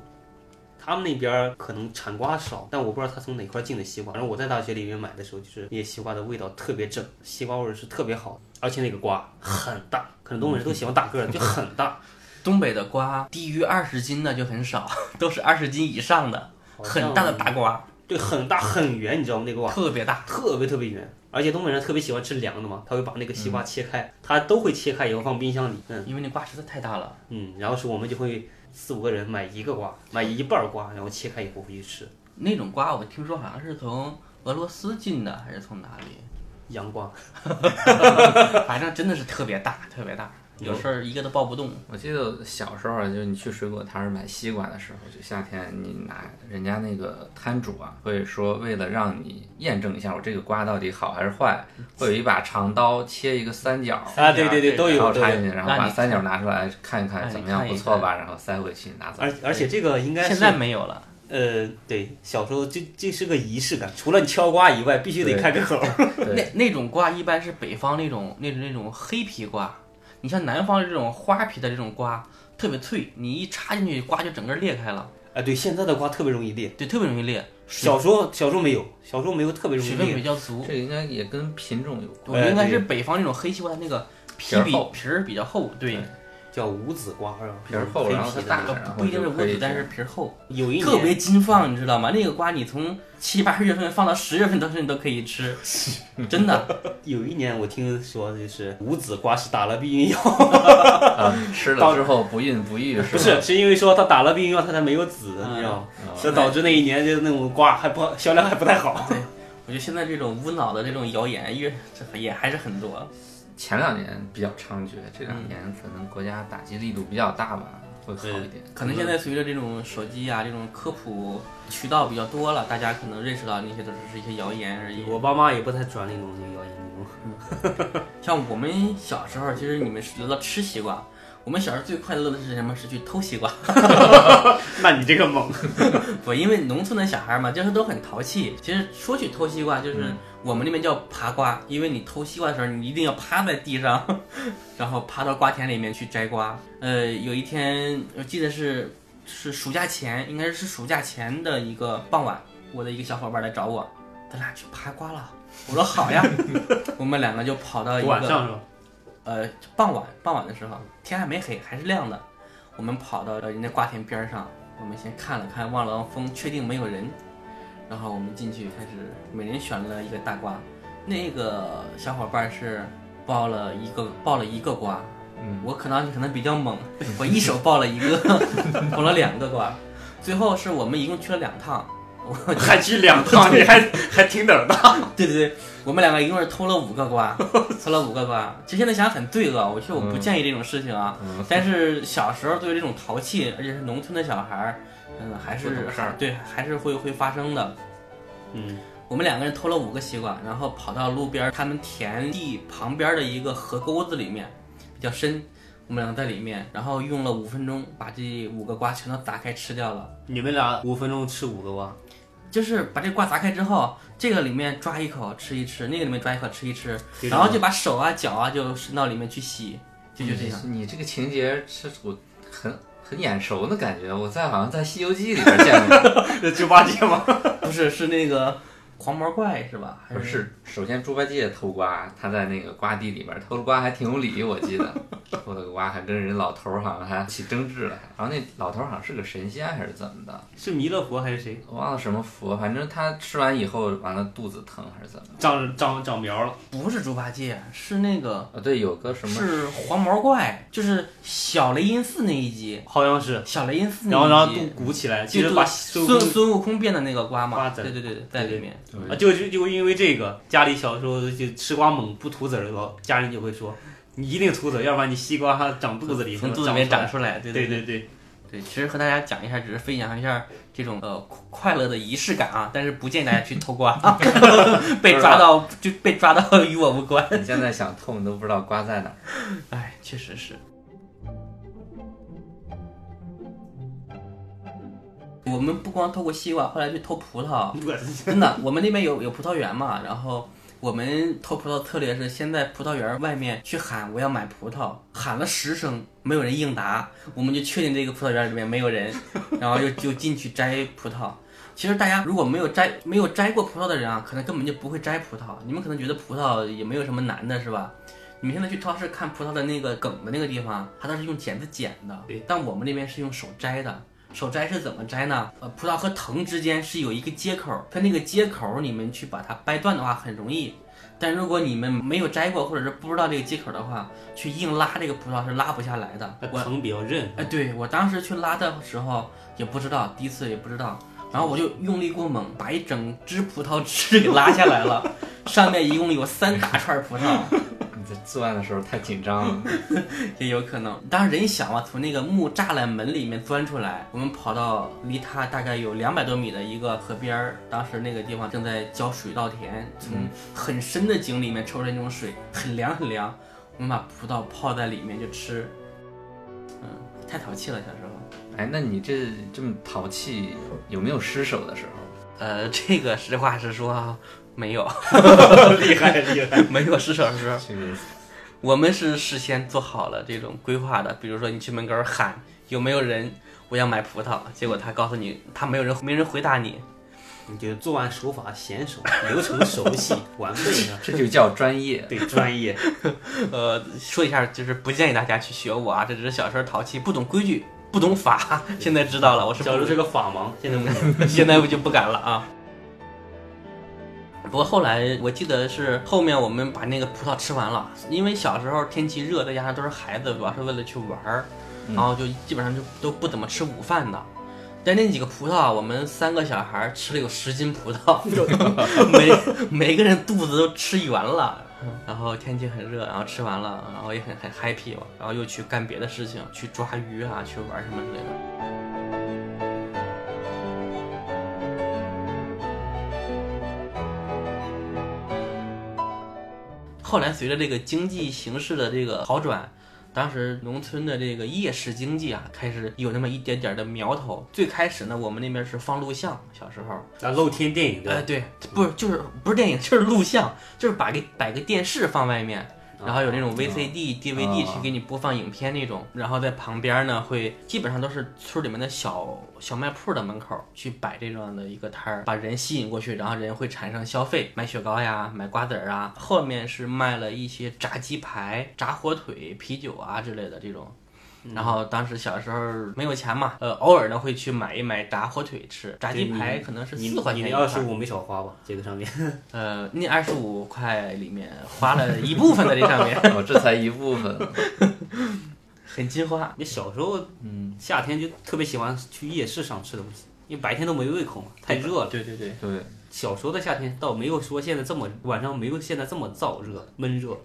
[SPEAKER 2] 他们那边儿可能产瓜少，但我不知道他从哪块儿进的西瓜。反正我在大学里面买的时候，就是那些西瓜的味道特别正，西瓜味儿是特别好，而且那个瓜很大，可能东北人都喜欢大个儿的，就很大。
[SPEAKER 3] 东北的瓜低于二十斤的就很少， 都是二十斤以上的，
[SPEAKER 2] 好像
[SPEAKER 3] 很大的大瓜，
[SPEAKER 2] 对，很大很圆，你知道吗？那个瓜
[SPEAKER 3] 特别大。
[SPEAKER 2] 特别特别圆，而且东北人特别喜欢吃凉的嘛，他会把那个西瓜
[SPEAKER 1] 嗯
[SPEAKER 2] 切开，他都会切开以后放冰箱里，嗯
[SPEAKER 3] 因为那瓜实在太大了，
[SPEAKER 2] 嗯，然后是我们就会四五个人买一个瓜，买一半儿瓜，然后切开以后回去吃
[SPEAKER 3] 那种瓜我听说好像是从俄罗斯进的，还是从哪里？
[SPEAKER 2] 洋
[SPEAKER 1] 哦
[SPEAKER 2] 瓜。
[SPEAKER 3] 反正真的是特别大，特别大，有时候一个都抱不动。
[SPEAKER 1] 我记得小时候啊，就是你去水果摊儿买西瓜的时候，就夏天你拿人家那个摊主啊，会说为了让你验证一下我这个瓜到底好还是坏，会有一把长刀切一个三角
[SPEAKER 2] 啊对对对都有
[SPEAKER 1] 然后
[SPEAKER 2] 都
[SPEAKER 1] 插
[SPEAKER 2] 有
[SPEAKER 1] 进去，然后
[SPEAKER 3] 让
[SPEAKER 1] 把
[SPEAKER 3] 你
[SPEAKER 1] 三角拿出来看一看
[SPEAKER 3] 让你
[SPEAKER 1] 怎么样，
[SPEAKER 3] 看一哎
[SPEAKER 1] 不错吧，然后塞回去拿走。
[SPEAKER 2] 而而且这个应该
[SPEAKER 3] 现
[SPEAKER 2] 是
[SPEAKER 3] 在没有了，
[SPEAKER 2] 呃，对，小时候这这是个仪式感，除了你敲瓜以外，必须得
[SPEAKER 1] 对
[SPEAKER 2] 开个口。
[SPEAKER 1] 对
[SPEAKER 3] 那那种瓜一般是北方那种那种那种黑皮瓜，你像南方这种花皮的这种瓜特别脆，你一插进去瓜就整个裂开了，
[SPEAKER 2] 啊，对，现在的瓜特别容易裂，
[SPEAKER 3] 对，特别容易裂，水
[SPEAKER 2] 小时候小时候没有，小时候没有特别容易
[SPEAKER 3] 水分
[SPEAKER 2] 裂。呃
[SPEAKER 3] 比较足。
[SPEAKER 1] 这个应该也跟品种有关。
[SPEAKER 3] 我觉得应该
[SPEAKER 2] 对
[SPEAKER 3] 是北方那种黑西瓜那个
[SPEAKER 1] 皮
[SPEAKER 3] 皮
[SPEAKER 1] 儿
[SPEAKER 3] 比
[SPEAKER 1] 厚
[SPEAKER 3] 皮儿比较厚，对，
[SPEAKER 2] 叫五子瓜，然后
[SPEAKER 1] 皮儿厚
[SPEAKER 2] 黑
[SPEAKER 1] 然后它
[SPEAKER 2] 皮的
[SPEAKER 1] 大
[SPEAKER 2] 那种
[SPEAKER 1] 然后
[SPEAKER 3] 不一定是
[SPEAKER 1] 就
[SPEAKER 3] 无
[SPEAKER 1] 可以
[SPEAKER 3] 籽，但
[SPEAKER 1] 这
[SPEAKER 3] 是
[SPEAKER 1] 样
[SPEAKER 3] 皮儿厚，
[SPEAKER 2] 有一年
[SPEAKER 3] 特别金放，你知道吗？那个瓜你从七八月份放到十月份都是你都可以 吃，真的。
[SPEAKER 2] 有一年我听说就是五子瓜是打了避孕药，
[SPEAKER 1] 啊，吃了之后不孕不育是
[SPEAKER 2] 不
[SPEAKER 1] 吧？
[SPEAKER 2] 是 是因为说他打了避孕药他才没有子，
[SPEAKER 3] 嗯
[SPEAKER 2] 你知道吗
[SPEAKER 1] 哦？
[SPEAKER 2] 这导致啊那一年就那种瓜还不好销量还不太 好。
[SPEAKER 3] 我觉得现在这种无脑的这种谣言越这也还是很多，
[SPEAKER 1] 前两年比较猖獗，这
[SPEAKER 3] 嗯
[SPEAKER 1] 两年可能国家打击力度比较大吧，会好一点。
[SPEAKER 3] 可能现在随着这种手机啊这种科普渠道比较多了，大家可能认识到那些都只是一些谣言而已。
[SPEAKER 2] 我爸妈也不太转那种谣言那种。
[SPEAKER 3] 像我们小时候，其实你们聊到吃西瓜，我们小时候最快乐的是什么？是去偷西瓜。
[SPEAKER 2] 那你这个猛，
[SPEAKER 3] 不，因为农村的小孩嘛，就是都很淘气。其实说起偷西瓜，就是我们那边叫爬瓜，因为你偷西瓜的时候，你一定要趴在地上， 然后爬到瓜田里面去摘瓜。呃，有一天我记得是是暑假前，应该是暑假前的一个傍晚，我的一个小伙伴来找我，咱俩去爬瓜了。我说好呀，我们两个就跑到一个
[SPEAKER 2] 晚上是吧？
[SPEAKER 3] 呃，傍晚傍晚的时候，天还没黑，还是亮的。我们跑到人家瓜田边儿上，我们先看了看，望了望风，确定没有人，然后我们进去开始，每人选了一个大瓜。那个小伙伴是抱了一个抱了一个瓜，
[SPEAKER 1] 嗯，
[SPEAKER 3] 我可能可能比较猛，我一手抱了一个， 抱了两个瓜。最后是我们一共去了两趟，我
[SPEAKER 2] 还去两趟，你还还 挺等的。
[SPEAKER 3] 对对对，我们两个一共是偷了五个瓜，偷了五个瓜。其实现在想想很罪恶，我觉得我不建议这种事情啊。
[SPEAKER 1] 嗯
[SPEAKER 3] 但是小时候对于这种淘气，而且是农村的小孩儿，嗯，还
[SPEAKER 1] 不
[SPEAKER 3] 是
[SPEAKER 1] 懂事儿
[SPEAKER 3] 对，还是会会发生的。
[SPEAKER 2] 嗯，
[SPEAKER 3] 我们两个人偷了五个西瓜，然后跑到路边儿他们田地旁边儿的一个河沟子里面，比较深。我们两个在里面，然后用了五分钟把这五个瓜全都砸开吃掉了。
[SPEAKER 2] 你们俩五分钟吃五个瓜，
[SPEAKER 3] 就是把这瓜砸开之后，这个里面抓一口吃一吃，那个里面抓一口吃一吃，
[SPEAKER 2] 有点
[SPEAKER 3] 然后就把手啊脚啊就伸到里面去洗，就就这样。
[SPEAKER 1] 你这个情节是我很很眼熟的感觉，我在好像在《西游记》里边见 过。
[SPEAKER 2] 这猪八戒吗？
[SPEAKER 3] 不是，是那个黄毛怪是吧？还
[SPEAKER 1] 不是，首先猪八戒偷瓜，他在那个瓜地里边偷了瓜，还挺有理，我记得偷了个瓜，还跟人老头儿好像还起争执了。然后那老头儿好像是个神仙还是怎么的，
[SPEAKER 2] 是弥勒佛还是谁？
[SPEAKER 1] 我忘了什么佛，反正他吃完以后，完了肚子疼还是怎么的？
[SPEAKER 2] 长长长苗了，
[SPEAKER 3] 不是猪八戒，是那个
[SPEAKER 1] 啊，对，有个什么
[SPEAKER 3] 是黄毛怪，就是小雷音寺那一集，
[SPEAKER 2] 好像是。
[SPEAKER 3] 小雷音寺
[SPEAKER 2] 然后然
[SPEAKER 3] 那
[SPEAKER 2] 后
[SPEAKER 3] 一
[SPEAKER 2] 肚
[SPEAKER 3] 集，
[SPEAKER 2] 鼓起来，其
[SPEAKER 3] 就
[SPEAKER 2] 实
[SPEAKER 3] 就
[SPEAKER 2] 把孙悟
[SPEAKER 3] 孙
[SPEAKER 2] 空
[SPEAKER 3] 孙悟空变的那个瓜嘛，
[SPEAKER 2] 瓜子
[SPEAKER 3] 对对对，在里面。
[SPEAKER 1] 对
[SPEAKER 2] 啊，就就就因为这个，家里小时候就吃瓜猛不吐籽儿的时候，家人就会说你一定吐籽儿，要不然你西瓜长肚子里，
[SPEAKER 3] 从
[SPEAKER 2] 不
[SPEAKER 3] 肚子里面
[SPEAKER 2] 不出来
[SPEAKER 3] 长出来，对
[SPEAKER 2] 对
[SPEAKER 3] 对
[SPEAKER 2] 对对，
[SPEAKER 3] 对，其实和大家讲一下，只是分享一下这种呃快快乐的仪式感啊，但是不建议大家去 偷瓜， 被抓到就被抓到与我无关。
[SPEAKER 1] 你现在想痛你都不知道瓜在哪儿。
[SPEAKER 3] 哎，确实是。我们不光偷过西瓜，后来去偷葡萄，真的，我们那边有有葡萄园嘛，然后我们偷葡萄策略是先在葡萄园外面去喊我要买葡萄，喊了十声没有人应答，我们就确定这个葡萄园里面没有人，然后就就进去摘葡萄。其实大家如果没有摘没有摘过葡萄的人啊，可能根本就不会摘葡萄。你们可能觉得葡萄也没有什么难的，是吧？你们现在去超市看葡萄的那个梗的那个地方，它都是用剪子剪的，
[SPEAKER 2] 对
[SPEAKER 3] 但我们那边是用手摘的。手摘是怎么摘呢？呃，葡萄和藤之间是有一个接口，它那个接口你们去把它掰断的话很容易，但如果你们没有摘过或者是不知道这个接口的话，去硬拉这个葡萄是拉不下来的。
[SPEAKER 2] 那
[SPEAKER 3] 我
[SPEAKER 2] 藤比较 韧，
[SPEAKER 3] 哎，对我当时去拉的时候也不知道，第一次也不知道，然后我就用力过猛，把一整只葡萄枝给拉下来了，上面一共有三大串葡萄，
[SPEAKER 1] 你在作案的时候太紧张了，
[SPEAKER 3] 也有可能。当时人小嘛，从那个木栅栏门里面钻出来，我们跑到离它大概有两百多米的一个河边儿，当时那个地方正在浇水稻田，从很深的井里面抽出来那种水，很凉很凉，我们把葡萄泡在里面就吃，嗯，太淘气了，小时候。
[SPEAKER 1] 哎，那你这这么淘气，有没有失手的时候？
[SPEAKER 3] 呃， 这个实话实说啊，没有，
[SPEAKER 2] 厉害厉害。
[SPEAKER 3] 没有失手的时候，
[SPEAKER 1] 这个
[SPEAKER 3] 我们是事先做好了这种规划的，比如说你去门口喊有没有人，我要买葡萄，结果他告诉你他没有人，没人回答你，
[SPEAKER 2] 你就做完手法娴熟，流程熟悉 完备呢，
[SPEAKER 1] 这就叫专业。
[SPEAKER 2] 对专 业。
[SPEAKER 3] 呃，说一下，就是不建议大家去学我啊，这只是小时候淘气，不懂规矩，不懂法。 现在知道了，我是不嗯
[SPEAKER 2] 小时候是个法盲，现在我
[SPEAKER 3] 现在我就不敢了啊。不过后来我记得是后面我们把那个葡萄吃完了，因为小时候天气热，再加上都是孩子，主要是为了去玩儿，
[SPEAKER 1] 嗯
[SPEAKER 3] 然后就基本上就都不怎么吃午饭的。但那几个葡萄啊，我们三个小孩儿吃了有十斤葡萄， 每每个人肚子都吃圆了。然后天气很热，然后吃完了，然后也很很 happy，然后又去干别的事情，去抓鱼啊，去玩什么之类的。后来随着这个经济形势的这个好转，当时农村的这个夜市经济啊，开始有那么一点点的苗头。最开始呢，我们那边是放录像，小时候，
[SPEAKER 2] 啊露天电影
[SPEAKER 3] 哎，
[SPEAKER 2] 的，
[SPEAKER 3] 对，不是就是不是电影，就是录像，就是把个摆个电视放外面。
[SPEAKER 2] 啊
[SPEAKER 3] 然后有那种 VCD、DVD
[SPEAKER 1] 啊
[SPEAKER 3] 去给你播放影片那种，然后在旁边呢会基本上都是村里面的小小卖铺的门口去摆这样的一个摊儿，把人吸引过去，然后人会产生消费，买雪糕呀，买瓜子儿啊。后面是卖了一些炸鸡排、炸火腿、啤酒啊之类的这种。
[SPEAKER 2] 嗯
[SPEAKER 3] 然后当时小时候没有钱嘛，呃，偶尔呢会去买一买炸火腿吃，炸鸡
[SPEAKER 2] 对你
[SPEAKER 3] 排可能是
[SPEAKER 2] 你
[SPEAKER 3] 四块
[SPEAKER 2] 你
[SPEAKER 3] 钱一
[SPEAKER 2] 那
[SPEAKER 3] 块
[SPEAKER 2] 二十五没少花吧？这个上面
[SPEAKER 3] 呃，那二十五块里面花了一部分在这上面，
[SPEAKER 1] 哦，这才一部分。
[SPEAKER 3] 很金花。
[SPEAKER 2] 你小时候
[SPEAKER 1] 嗯，
[SPEAKER 2] 夏天就特别喜欢去夜市上吃东西，因为白天都没胃口嘛，太热了。
[SPEAKER 3] 对对对，
[SPEAKER 1] 对，
[SPEAKER 2] 小时候的夏天倒没有说现在这么晚上没有现在这么燥热闷热，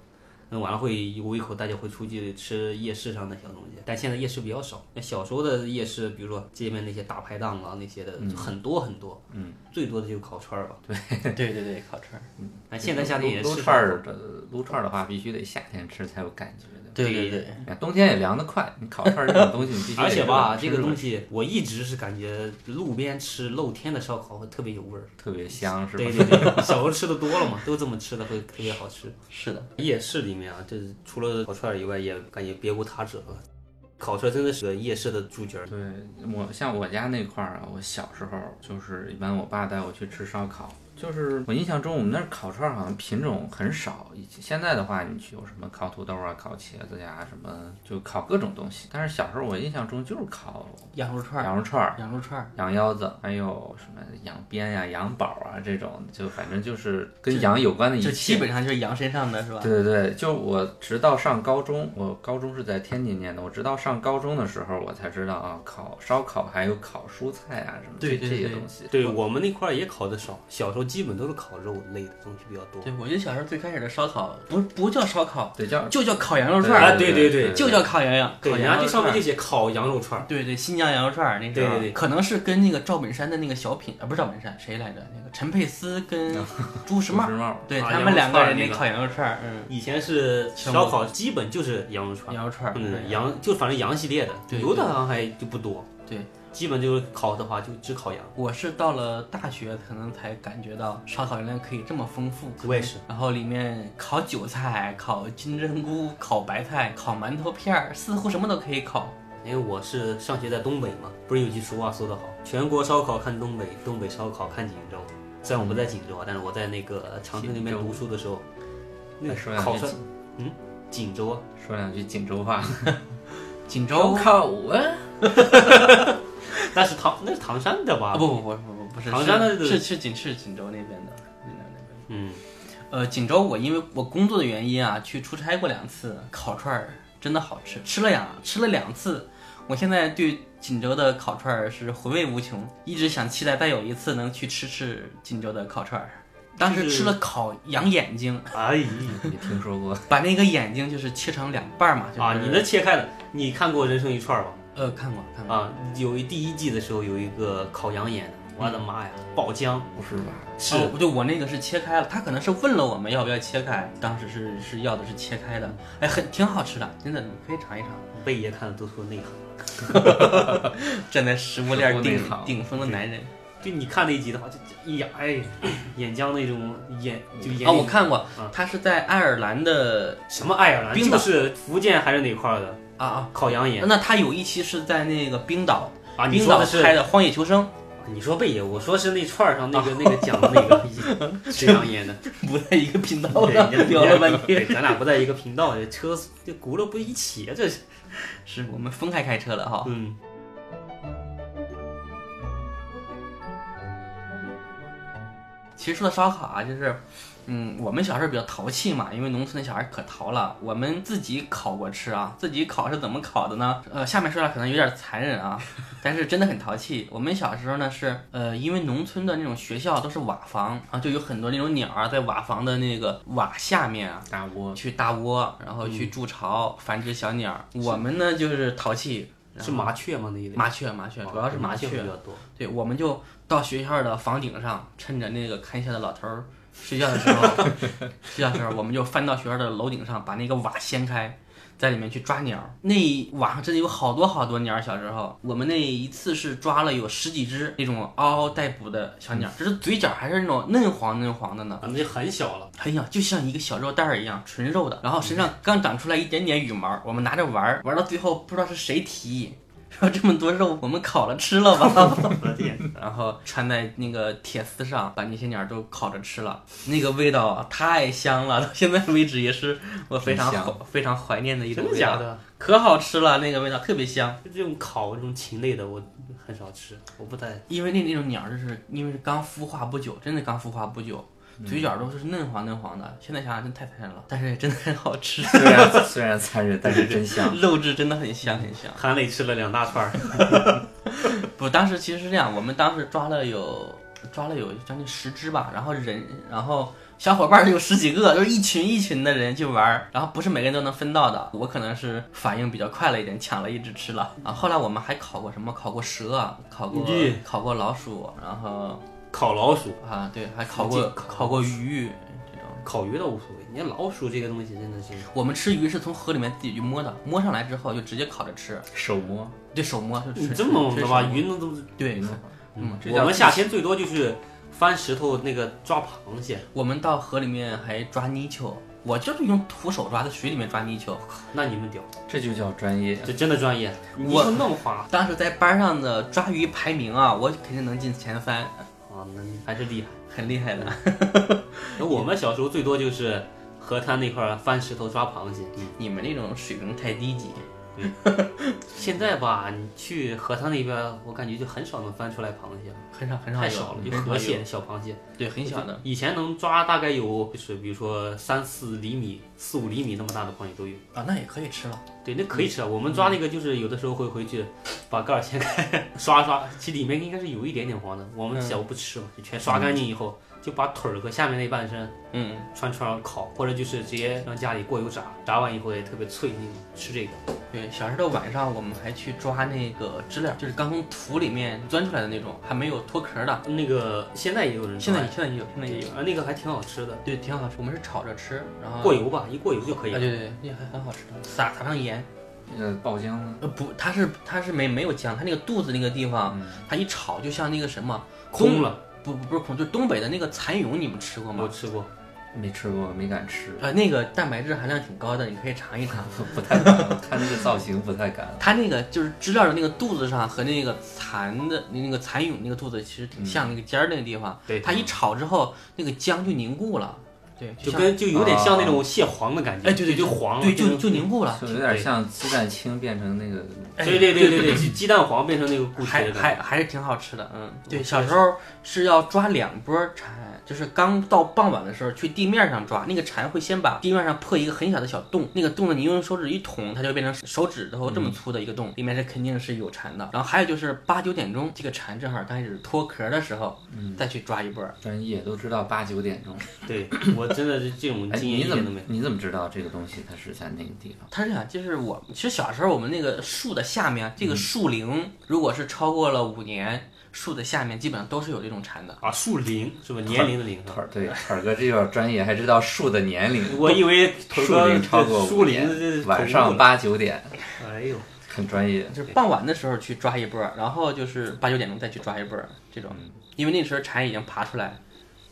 [SPEAKER 2] 那晚上会有胃口，大家会出去吃夜市上的小东西。但现在夜市比较少，那小时候的夜市，比如说街边那些大排档啊那些的，很多很多。
[SPEAKER 1] 嗯，
[SPEAKER 2] 最多的就是烤串儿吧。
[SPEAKER 3] 对对对，烤串儿。
[SPEAKER 2] 但哎现在夏天也
[SPEAKER 1] 撸
[SPEAKER 2] 是
[SPEAKER 1] 撸串儿的撸串儿的话，必须得夏天吃才有感觉的。
[SPEAKER 3] 对对对，
[SPEAKER 1] 哎冬天也凉得快，你烤串儿这种东西，你必须得
[SPEAKER 2] 而且吧，
[SPEAKER 1] 吃
[SPEAKER 2] 这个
[SPEAKER 1] 了
[SPEAKER 2] 东西我一直是感觉路边吃露天的烧烤会特别有味儿。
[SPEAKER 1] 特别香，是吧？
[SPEAKER 2] 对对对，小时候吃的多了嘛，都这么吃的会特别好吃。
[SPEAKER 3] 是的，
[SPEAKER 2] 夜市里面啊，这除了烤串儿以外，也感觉别无他者了。烤串儿真的是个夜市的主角儿。
[SPEAKER 1] 对我像我家那块儿啊，我小时候就是一般我爸带我去吃烧烤，就是我印象中我们那儿烤串儿好像品种很少，以前现在的话你去有什么烤土豆啊、烤茄子呀、什么就烤各种东西，但是小时候我印象中就是烤
[SPEAKER 3] 羊肉串儿，
[SPEAKER 1] 羊肉串儿。
[SPEAKER 3] 羊肉串儿，
[SPEAKER 1] 羊腰子，还有什么羊鞭呀、羊宝啊这种，就反正就是跟羊有关的一
[SPEAKER 3] 就
[SPEAKER 1] 切。
[SPEAKER 3] 基本上就是羊身上的是吧？
[SPEAKER 1] 对对对，就我直到上高中，我高中是在天津念的，我直到上高中的时候，我才知道啊，烤烧烤还有烤蔬菜啊什么
[SPEAKER 3] 对
[SPEAKER 1] 这
[SPEAKER 3] 对
[SPEAKER 1] 这些
[SPEAKER 3] 对
[SPEAKER 1] 东西。
[SPEAKER 2] 对我们那块儿也烤的少，小时候基本都是烤肉类的东西比较多。
[SPEAKER 3] 对，我觉得小时候最开始的烧烤不不叫烧烤，
[SPEAKER 1] 对叫
[SPEAKER 3] 就叫烤哦羊肉串儿，
[SPEAKER 2] 啊对对对
[SPEAKER 3] 就叫烤羊羊，
[SPEAKER 2] 对，
[SPEAKER 3] 啊烤
[SPEAKER 2] 人
[SPEAKER 3] 羊
[SPEAKER 2] 家
[SPEAKER 3] 肉
[SPEAKER 2] 这上
[SPEAKER 3] 串
[SPEAKER 2] 面就
[SPEAKER 3] 儿。
[SPEAKER 2] 写烤羊肉串儿，
[SPEAKER 3] 对对，新疆羊肉串儿那时候，
[SPEAKER 2] 对对对
[SPEAKER 3] 可能是跟那个赵本山的那个小品啊，不是赵本山，谁来着？那个陈佩斯 跟朱时
[SPEAKER 1] 什么
[SPEAKER 3] 茂，
[SPEAKER 1] 时髦？
[SPEAKER 3] 对
[SPEAKER 2] 啊
[SPEAKER 3] 他
[SPEAKER 2] 羊
[SPEAKER 3] 们
[SPEAKER 2] 肉
[SPEAKER 3] 两个
[SPEAKER 2] 串儿
[SPEAKER 3] 人
[SPEAKER 2] 那
[SPEAKER 3] 那
[SPEAKER 2] 个
[SPEAKER 3] 烤羊肉串儿，嗯，
[SPEAKER 2] 以前是
[SPEAKER 3] 像
[SPEAKER 2] 烧
[SPEAKER 3] 我
[SPEAKER 2] 烤，基本就是羊肉串儿。
[SPEAKER 3] 羊肉串儿，
[SPEAKER 2] 嗯，羊就反正羊系列的，
[SPEAKER 3] 对
[SPEAKER 2] 牛的好像还就不多。
[SPEAKER 3] 对，
[SPEAKER 2] 基本就是烤的话就只烤羊。
[SPEAKER 3] 我是到了大学，可能才感觉到烧烤原来可以这么丰富。
[SPEAKER 2] 我也是，
[SPEAKER 3] 然后里面烤韭菜、烤金针菇、烤白菜、烤馒头片儿，似乎什么都可以烤。
[SPEAKER 2] 因为我是上学在东北嘛，不是有句俗话说得好，全国烧烤看东北，东北烧烤看锦州。虽然我不在锦州啊，但是我在那个长春那边
[SPEAKER 1] 锦州
[SPEAKER 2] 读书的时候，那个
[SPEAKER 1] 哎说
[SPEAKER 2] 烤
[SPEAKER 1] 两句
[SPEAKER 2] 串，嗯，锦州啊，
[SPEAKER 1] 说两句锦州话，
[SPEAKER 3] 锦州
[SPEAKER 1] 烧烤啊，
[SPEAKER 2] 那是唐那是唐山的吧？
[SPEAKER 3] 啊，不不不不不不是，
[SPEAKER 2] 唐山的
[SPEAKER 3] 是是是锦是锦州那边的。云南那边
[SPEAKER 2] 嗯，
[SPEAKER 3] 呃，锦州我因为我工作的原因啊，去出差过两次，烤串儿真的好吃，吃了两吃了两次，我现在对锦州的烤串儿是回味无穷，一直想期待再有一次能去吃吃锦州的烤串儿。当时
[SPEAKER 2] 就是
[SPEAKER 3] 吃了烤羊眼睛，
[SPEAKER 2] 哎
[SPEAKER 1] 没嗯听说 过。
[SPEAKER 3] 把那个眼睛就是切成两半儿嘛，就是、
[SPEAKER 2] 啊，你那切开了，你看过《人生一串》吧？
[SPEAKER 3] 呃看过看过，
[SPEAKER 2] 啊，有一第一季的时候有一个烤羊眼的，我的妈呀，爆浆！
[SPEAKER 1] 不是吧？
[SPEAKER 2] 是
[SPEAKER 3] 哦，对我那个是切开了，他可能是问了我们要不要切开，当时是是要的是切开的，哎，很挺好吃的，真的，你可以尝一尝，
[SPEAKER 2] 贝爷看了都说内行。
[SPEAKER 3] 站在食物链
[SPEAKER 1] 食物
[SPEAKER 3] 顶
[SPEAKER 1] 内行
[SPEAKER 3] 顶峰的男人
[SPEAKER 2] 就你看那一集的话，就就一 眼哎，眼浆那种眼就眼
[SPEAKER 3] 啊，我看过
[SPEAKER 2] 啊，
[SPEAKER 3] 他是在爱尔兰的
[SPEAKER 2] 什么爱尔兰，
[SPEAKER 3] 冰岛
[SPEAKER 2] 就是福建还是哪块儿的
[SPEAKER 3] 啊啊，
[SPEAKER 2] 烤羊眼
[SPEAKER 3] 那他有一期是在那个冰岛，
[SPEAKER 2] 啊？你
[SPEAKER 3] 呃冰
[SPEAKER 2] 说
[SPEAKER 3] 岛
[SPEAKER 2] 的是
[SPEAKER 3] 拍的《荒野求生
[SPEAKER 2] 你说贝爷，我说是那串儿上那 个、那个 讲的那个吃羊眼的，》，
[SPEAKER 3] 不在一个频道
[SPEAKER 2] 对
[SPEAKER 3] 上，
[SPEAKER 2] 人家
[SPEAKER 3] 聊了半天，
[SPEAKER 2] 对，咱俩不在一个频道，这车这轱辘不一起啊，这是
[SPEAKER 3] 是我们分开开车了哈。
[SPEAKER 2] 嗯。
[SPEAKER 3] 其实说到烧烤啊，就是，嗯，我们小时候比较淘气嘛，因为农村的小孩可淘了。我们自己烤过吃啊，自己烤是怎么烤的呢？呃，下面说来可能有点残忍啊，但是真的很淘气。我们小时候呢是，呃，因为农村的那种学校都是瓦房啊，就有很多那种鸟儿在瓦房的那个瓦下面啊。
[SPEAKER 1] 大 窝
[SPEAKER 3] 去搭窝，然后去筑巢、繁殖小鸟儿。我们呢就是淘气，
[SPEAKER 2] 嗯
[SPEAKER 3] 然
[SPEAKER 2] 是
[SPEAKER 3] 后
[SPEAKER 2] 麻雀吗？那一类
[SPEAKER 3] 麻雀，麻雀，主要是麻
[SPEAKER 2] 雀
[SPEAKER 3] 雀
[SPEAKER 2] 比。较多。
[SPEAKER 3] 对，我们就到学校的房顶上，趁着那个看校的老头儿睡觉的时候， 睡觉的时候，我们就翻到学校的楼顶上，把那个瓦掀开，在里面去抓鸟儿。那一瓦上真的有好多好多鸟儿。小时候，我们那一次是抓了有十几只那种嗷嗷待哺的小鸟儿，只是嘴角还是那种嫩黄嫩黄的呢。
[SPEAKER 2] 啊，那就很小 了，
[SPEAKER 3] 很小，就像一个小肉蛋儿一样，纯肉的，然后身上刚长出来一点点羽毛，我们拿着玩儿，玩到最后不知道是谁提议，说这么多肉，我们烤了吃了吧，
[SPEAKER 2] 我的天，
[SPEAKER 3] 然后穿在那个铁丝上，把那些鸟都烤着吃了，那个味道啊太香了，到 现在为止也是我非常
[SPEAKER 1] 真香
[SPEAKER 3] 怀非常怀念的一种
[SPEAKER 2] 真的
[SPEAKER 3] 味
[SPEAKER 2] 假
[SPEAKER 3] 道，
[SPEAKER 2] 的？
[SPEAKER 3] 可好吃了，那个味道特别香。
[SPEAKER 2] 就这种烤这种禽类的，我很少吃，我不太
[SPEAKER 3] 因为那那种鸟儿就是因为是刚孵化不久，真的刚孵化不久，嘴角都是嫩黄嫩黄的，现在想想真太残忍了，但是真的很好吃。
[SPEAKER 1] 虽然虽然残忍，但是真香。
[SPEAKER 3] 肉质真的很香很香。
[SPEAKER 2] 含泪吃了两大串儿。
[SPEAKER 3] 不，当时其实是这样，我们当时抓了有抓了有将近十只吧，然后人，然后小伙伴儿有十几个，就是一群一群的人去玩儿，然后不是每个人都能分到的。我可能是反应比较快了一点，抢了一只吃了。啊，后来我们还烤过什么？烤过蛇啊，烤过
[SPEAKER 2] 咦
[SPEAKER 3] 烤过老鼠，然后
[SPEAKER 2] 烤老鼠、
[SPEAKER 3] 啊对，还烤过
[SPEAKER 2] 烤
[SPEAKER 3] 烤过鱼。这种。
[SPEAKER 2] 烤鱼倒无所谓，你看老鼠这个东西真的是
[SPEAKER 3] 我们吃鱼是从河里面自己去摸的，摸上来之后就直接烤着吃，
[SPEAKER 1] 手摸，
[SPEAKER 3] 对手摸就
[SPEAKER 2] 你
[SPEAKER 3] 吃。
[SPEAKER 2] 这么猛的吧？
[SPEAKER 3] 吃手摸
[SPEAKER 2] 鱼那都是，
[SPEAKER 3] 对，嗯，这
[SPEAKER 2] 我
[SPEAKER 3] 叫
[SPEAKER 2] 们夏天最多就是翻石头那个抓螃蟹，
[SPEAKER 3] 我们到河里面还抓泥鳅，我就是用徒手抓，在水里面抓泥鳅。
[SPEAKER 2] 那你们屌，
[SPEAKER 1] 这就叫专业。
[SPEAKER 2] 这真的专业，你
[SPEAKER 3] 我
[SPEAKER 2] 说那么滑
[SPEAKER 3] 当时在班上的抓鱼排名啊，我肯定能进前三，
[SPEAKER 2] 啊，那你还是厉害。
[SPEAKER 3] 很厉害的。
[SPEAKER 2] 那我们小时候最多就是河滩那块儿翻石头抓螃蟹，嗯
[SPEAKER 3] 你们那种水平太低级，
[SPEAKER 2] 现在吧，你去河滩那边儿，我感觉就很少能翻出来螃蟹了，
[SPEAKER 3] 很少很少有，
[SPEAKER 2] 太少了，就
[SPEAKER 3] 很
[SPEAKER 2] 河
[SPEAKER 3] 少有，
[SPEAKER 2] 蟹、小螃蟹。
[SPEAKER 3] 对，很小的。
[SPEAKER 2] 以前能抓大概有就是比如说三四厘米、四五厘米那么大的螃蟹都有。
[SPEAKER 3] 啊，那也可以吃了。
[SPEAKER 2] 对，那
[SPEAKER 3] 嗯
[SPEAKER 2] 可以吃啊。我们抓那个就是有的时候会回去把盖儿掀开刷刷，其实里面应该是有一点点黄的。我
[SPEAKER 3] 嗯
[SPEAKER 2] 们小时候不吃嘛，就全刷干净以后，就把腿儿和下面那半身
[SPEAKER 3] 嗯，
[SPEAKER 2] 串串儿烤，或者就是直接让家里过油炸，炸完以后也特别脆那种，吃这个。
[SPEAKER 3] 对，小时候的晚上我们还去抓那个知了，就是刚从土里面钻出来的那种，还没有脱壳的。
[SPEAKER 2] 那个现在也有人
[SPEAKER 3] 现在
[SPEAKER 2] 抓呀
[SPEAKER 3] 现在也有，现在也有，
[SPEAKER 2] 啊，那个还挺好吃的，
[SPEAKER 3] 对，挺好吃。我们是炒着吃，然后
[SPEAKER 2] 过油吧，一过油就可以
[SPEAKER 3] 啊，
[SPEAKER 2] 了。
[SPEAKER 3] 对对对，那还很好吃的，撒撒上盐。
[SPEAKER 1] 呃，爆浆呢？
[SPEAKER 3] 呃，不，它是它是没没有姜，它那个肚子那个地方，
[SPEAKER 2] 嗯
[SPEAKER 3] 它一炒就像那个什么
[SPEAKER 2] 空
[SPEAKER 3] 了，
[SPEAKER 2] 了，
[SPEAKER 3] 不不不是空，就东北的那个蚕蛹，你们吃过
[SPEAKER 2] 我
[SPEAKER 3] 吗？
[SPEAKER 2] 吃过，
[SPEAKER 1] 没吃过，没敢吃，
[SPEAKER 3] 呃，那个蛋白质含量挺高的，你可以尝一尝。
[SPEAKER 1] 不太 敢。我看那个造型不太敢。
[SPEAKER 3] 它那个就是知了的那个肚子上和那个蚕的那个蚕蛹那个肚子其实挺像，那个尖儿那个地方，
[SPEAKER 2] 嗯对
[SPEAKER 3] 啊它一炒之后，那个姜就凝固了，对，
[SPEAKER 2] 就
[SPEAKER 3] 像
[SPEAKER 2] 跟就有点像那
[SPEAKER 1] 啊
[SPEAKER 2] 种蟹黄的感觉，
[SPEAKER 3] 哎对对
[SPEAKER 2] 就黄了，
[SPEAKER 3] 对
[SPEAKER 2] 就
[SPEAKER 3] 就是就凝固了，
[SPEAKER 1] 就有点像鸡蛋清变成那个，
[SPEAKER 3] 哎
[SPEAKER 2] 对对对对 对，鸡蛋黄变成那个固体
[SPEAKER 3] 还
[SPEAKER 2] 的感
[SPEAKER 3] 还
[SPEAKER 2] 觉，
[SPEAKER 3] 还是挺好吃的，嗯，对，
[SPEAKER 2] 我
[SPEAKER 3] 小
[SPEAKER 2] 觉
[SPEAKER 3] 时
[SPEAKER 2] 得
[SPEAKER 3] 候是要抓两波蝉，就是刚到傍晚的时候去地面上抓，那个蝉会先把地面上破一个很小的小洞，那个洞呢，你用手指一捅，它就变成手指头这么粗的一个洞，里面是肯定是有蝉的。然后还有就是八九点钟，这个蝉正好刚开始脱壳的时候，再去抓一波。
[SPEAKER 1] 专业都知道八九点钟。
[SPEAKER 2] 对我真的是这种
[SPEAKER 1] 哎，
[SPEAKER 2] 经验
[SPEAKER 1] 你
[SPEAKER 2] 一
[SPEAKER 1] 怎
[SPEAKER 2] 点都
[SPEAKER 1] 么
[SPEAKER 2] 没有。嗯
[SPEAKER 1] 你怎么知道这个东西它是在那个地方？
[SPEAKER 3] 它是这样，就是我其实小时候我们那个树的下面，这个树龄如果是超过了五年，树的下面基本上都是有这种蝉的。
[SPEAKER 2] 啊，树龄是吧？年龄 的龄啊。
[SPEAKER 1] 腿儿对腿儿哥这边专业，还知道树的年龄，
[SPEAKER 2] 我以为头
[SPEAKER 1] 树
[SPEAKER 2] 哥
[SPEAKER 1] 龄超过
[SPEAKER 2] 树
[SPEAKER 1] 五
[SPEAKER 2] 龄
[SPEAKER 1] 年
[SPEAKER 2] 这，
[SPEAKER 1] 晚上
[SPEAKER 2] 八，
[SPEAKER 1] 八九点，
[SPEAKER 2] 哎呦，
[SPEAKER 1] 很专业。
[SPEAKER 3] 就是傍晚的时候去抓一波儿，然后就是八九点钟再去抓一波儿这种，因为那时候蝉已经爬出来，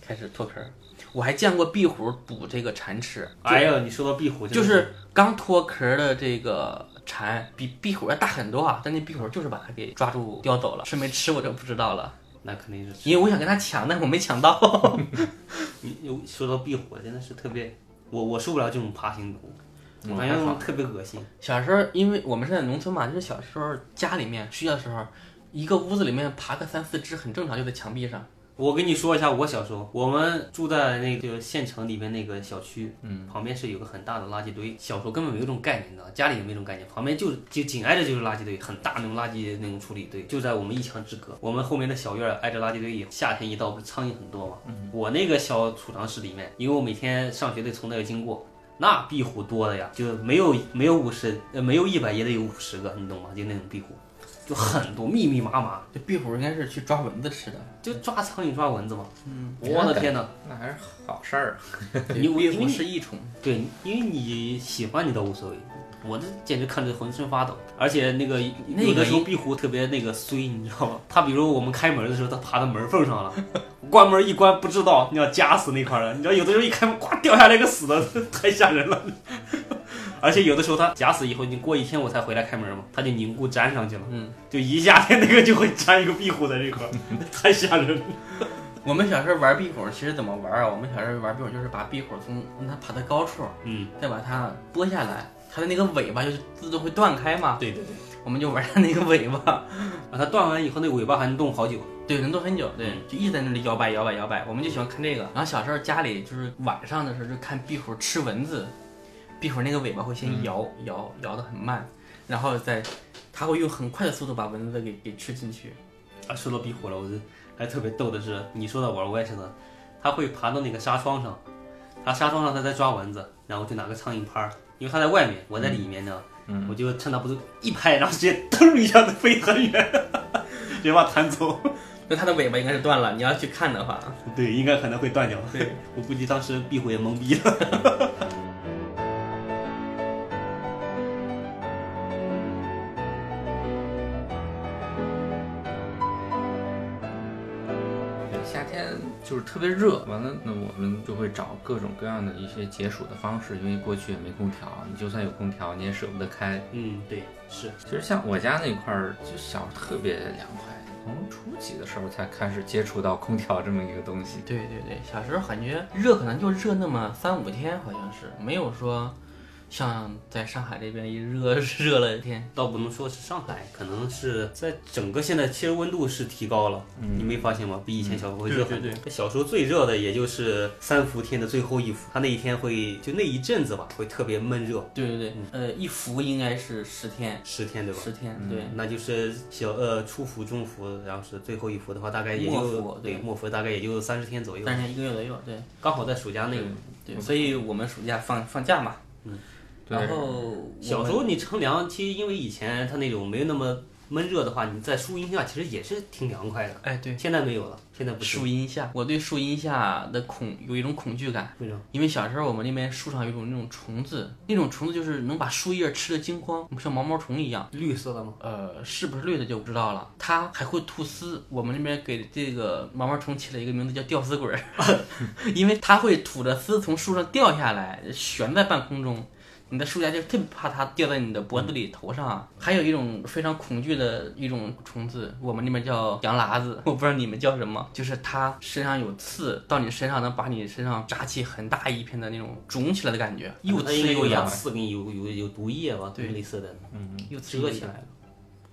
[SPEAKER 3] 开始脱壳儿。我还见过壁虎捕这个蝉吃，
[SPEAKER 2] 哎呦，你说到壁虎真的，
[SPEAKER 3] 就是刚脱壳儿的这个蝉比壁虎要大很多啊，但那壁虎就是把它给抓住叼走了，是没吃我就不知道了，
[SPEAKER 2] 那肯定是
[SPEAKER 3] 因为我想跟它抢，但是我没抢到。
[SPEAKER 2] 你你说到壁虎真的是特别，我我受不了这种爬行动物，
[SPEAKER 1] 嗯
[SPEAKER 2] 好
[SPEAKER 1] 还好
[SPEAKER 2] 像特别恶心。
[SPEAKER 3] 小时候，因为我们是在农村嘛，就是小时候家里面睡觉的时候，一个屋子里面爬个三四只很正常，就在墙壁上。
[SPEAKER 2] 我跟你说一下，我小时候，我们住在那个县城里面那个小区，嗯，旁边是有个很大的垃圾堆。小时候根本没有这种概念，你知道，家里也没这种概念，旁边就就紧挨着就是垃圾堆，很大那种垃圾那种处理堆，就在我们一墙之隔。我们后面的小院儿挨着垃圾堆以后，夏天一到不是苍蝇很多嘛，我那个小储藏室里面，因为我每天上学得从那儿经过。那壁虎多的呀，就没有没有五十，呃，没有一百也得有五十个，你懂吗？就那种壁虎，就很多，密密麻麻，
[SPEAKER 3] 这壁虎应该是去抓蚊子吃的。
[SPEAKER 2] 就抓苍蝇抓蚊子嘛。
[SPEAKER 3] 嗯，
[SPEAKER 2] 我的天哪！
[SPEAKER 1] 那还是好事儿。啊
[SPEAKER 3] 你
[SPEAKER 2] 壁
[SPEAKER 3] 壁
[SPEAKER 2] 虎
[SPEAKER 3] 虎
[SPEAKER 2] 是
[SPEAKER 3] 是益虫，
[SPEAKER 2] 对，因为你喜欢你倒无所谓，我这简直看着浑身发抖。而且那个
[SPEAKER 3] 那个
[SPEAKER 2] 有的时候壁虎特别那个衰，你知道吗？它比如我们开门的时候，它爬到门缝上了， 关门一关不知道，你要夹死那块儿了。你知道有的时候一开门，咵掉下来一个死的， 太吓人了。而且有的时候它夹死以后，你过一天我才回来开门嘛，它就凝固粘上去了，
[SPEAKER 3] 嗯，
[SPEAKER 2] 就一夏天那个就会粘一个壁虎在这块儿， 太吓人 了。
[SPEAKER 3] 我们小时候玩壁虎，其实怎么玩啊？我们小时候玩壁虎就是把壁虎从让它爬到高处，
[SPEAKER 2] 嗯，
[SPEAKER 3] 再把它拨下来，它的那个尾巴就是自动会断开嘛，
[SPEAKER 2] 对对对，
[SPEAKER 3] 我们就玩它那个尾巴，
[SPEAKER 2] 啊，它断完以后那尾巴还能动好久。
[SPEAKER 3] 对，能动很久，对，就一直在那里摇摆摇摆摇摆，我们就喜欢看这个。然后小时候家里就是晚上的时候就看壁虎吃蚊子，壁虎那个尾巴会先摇、
[SPEAKER 2] 嗯
[SPEAKER 3] 摇摇得很慢，然后再它会用很快的速度把蚊子给给吃进去。
[SPEAKER 2] 啊，说到壁虎了，我就还特别逗的是，你说到玩儿，我也是的，它会爬到那个纱窗上，它纱窗上它在抓蚊子，然后就拿个苍蝇拍儿，因为它在外面，我在里面呢，我就趁它不注一拍，然后直接腾一下子飞很远， 直接把它弹走。
[SPEAKER 3] 那它的尾巴应该是断了，你要去看的话，
[SPEAKER 2] 对，应该可能会断掉。
[SPEAKER 3] 对，
[SPEAKER 2] 我估计当时壁虎也懵逼了。
[SPEAKER 1] 夏天就是特别热，完了那我们就会找各种各样的一些解暑的方式，因为过去也没空调，你就算有空调你也舍不得开。
[SPEAKER 2] 嗯，对，是
[SPEAKER 1] 其实像我家那块儿，就小时候特别凉快，从初几的时候才开始接触到空调这么一个东西。
[SPEAKER 3] 对对对，小时候感觉热可能就热那么三五天，好像是没有说像在上海这边一热 热了一天。
[SPEAKER 2] 倒不能说是上海，可能是在整个现在其实温度是提高了，
[SPEAKER 3] 嗯
[SPEAKER 2] 你没发现吗？比以前小时候会热很多。
[SPEAKER 3] 对对
[SPEAKER 2] 小时候最热的也就是三伏天的最后一伏，它那一天会就那一阵子吧，会特别闷热，
[SPEAKER 3] 对对对，呃，一伏应该是十天，
[SPEAKER 2] 十天嗯对吧？嗯
[SPEAKER 3] 十天，对，
[SPEAKER 2] 那就是小呃初伏、中伏，然后是最后一伏的话，大概也就
[SPEAKER 3] 末伏
[SPEAKER 2] 对末伏大概也就三十天左右，
[SPEAKER 3] 但是一个月左右，对
[SPEAKER 2] 刚好在暑假内。
[SPEAKER 3] 对，所以我们暑假放放假嘛，
[SPEAKER 1] 对
[SPEAKER 3] 然后
[SPEAKER 2] 小时
[SPEAKER 3] 候
[SPEAKER 2] 候你乘凉，其实因为以前它那种没有那么闷热的话，你在树荫下其实也是挺凉快的。
[SPEAKER 3] 哎对，
[SPEAKER 2] 现在没有了，现在不行。
[SPEAKER 3] 树荫下，我对树荫下的恐有一种恐惧感，
[SPEAKER 2] 为什么？
[SPEAKER 3] 因为小时候我们那边树上有一种那种虫子，那种虫子就是能把树叶吃的精光，像毛毛虫一样。
[SPEAKER 2] 绿色的吗？
[SPEAKER 3] 呃，是不是绿的就不知道了。它还会吐丝，我们那边给这个毛毛虫起了一个名字叫吊丝鬼儿， 因为它会吐着丝从树上掉下来，悬在半空中。你的树下就特别怕它掉在你的脖子里、头上啊。还有一种非常恐惧的一种虫子，我们那边叫羊喇子，我不知道你们叫什么，就是它身上有刺，到你身上能把你身上扎起很大一片的那种肿起来的感觉，又
[SPEAKER 2] 它
[SPEAKER 3] 刺
[SPEAKER 2] 应该
[SPEAKER 3] 又
[SPEAKER 2] 有
[SPEAKER 3] 痒，
[SPEAKER 2] 刺跟有有有毒液吧，
[SPEAKER 3] 对
[SPEAKER 2] 类似的，
[SPEAKER 3] 又刺又
[SPEAKER 2] 折起
[SPEAKER 3] 痒，
[SPEAKER 2] 来了。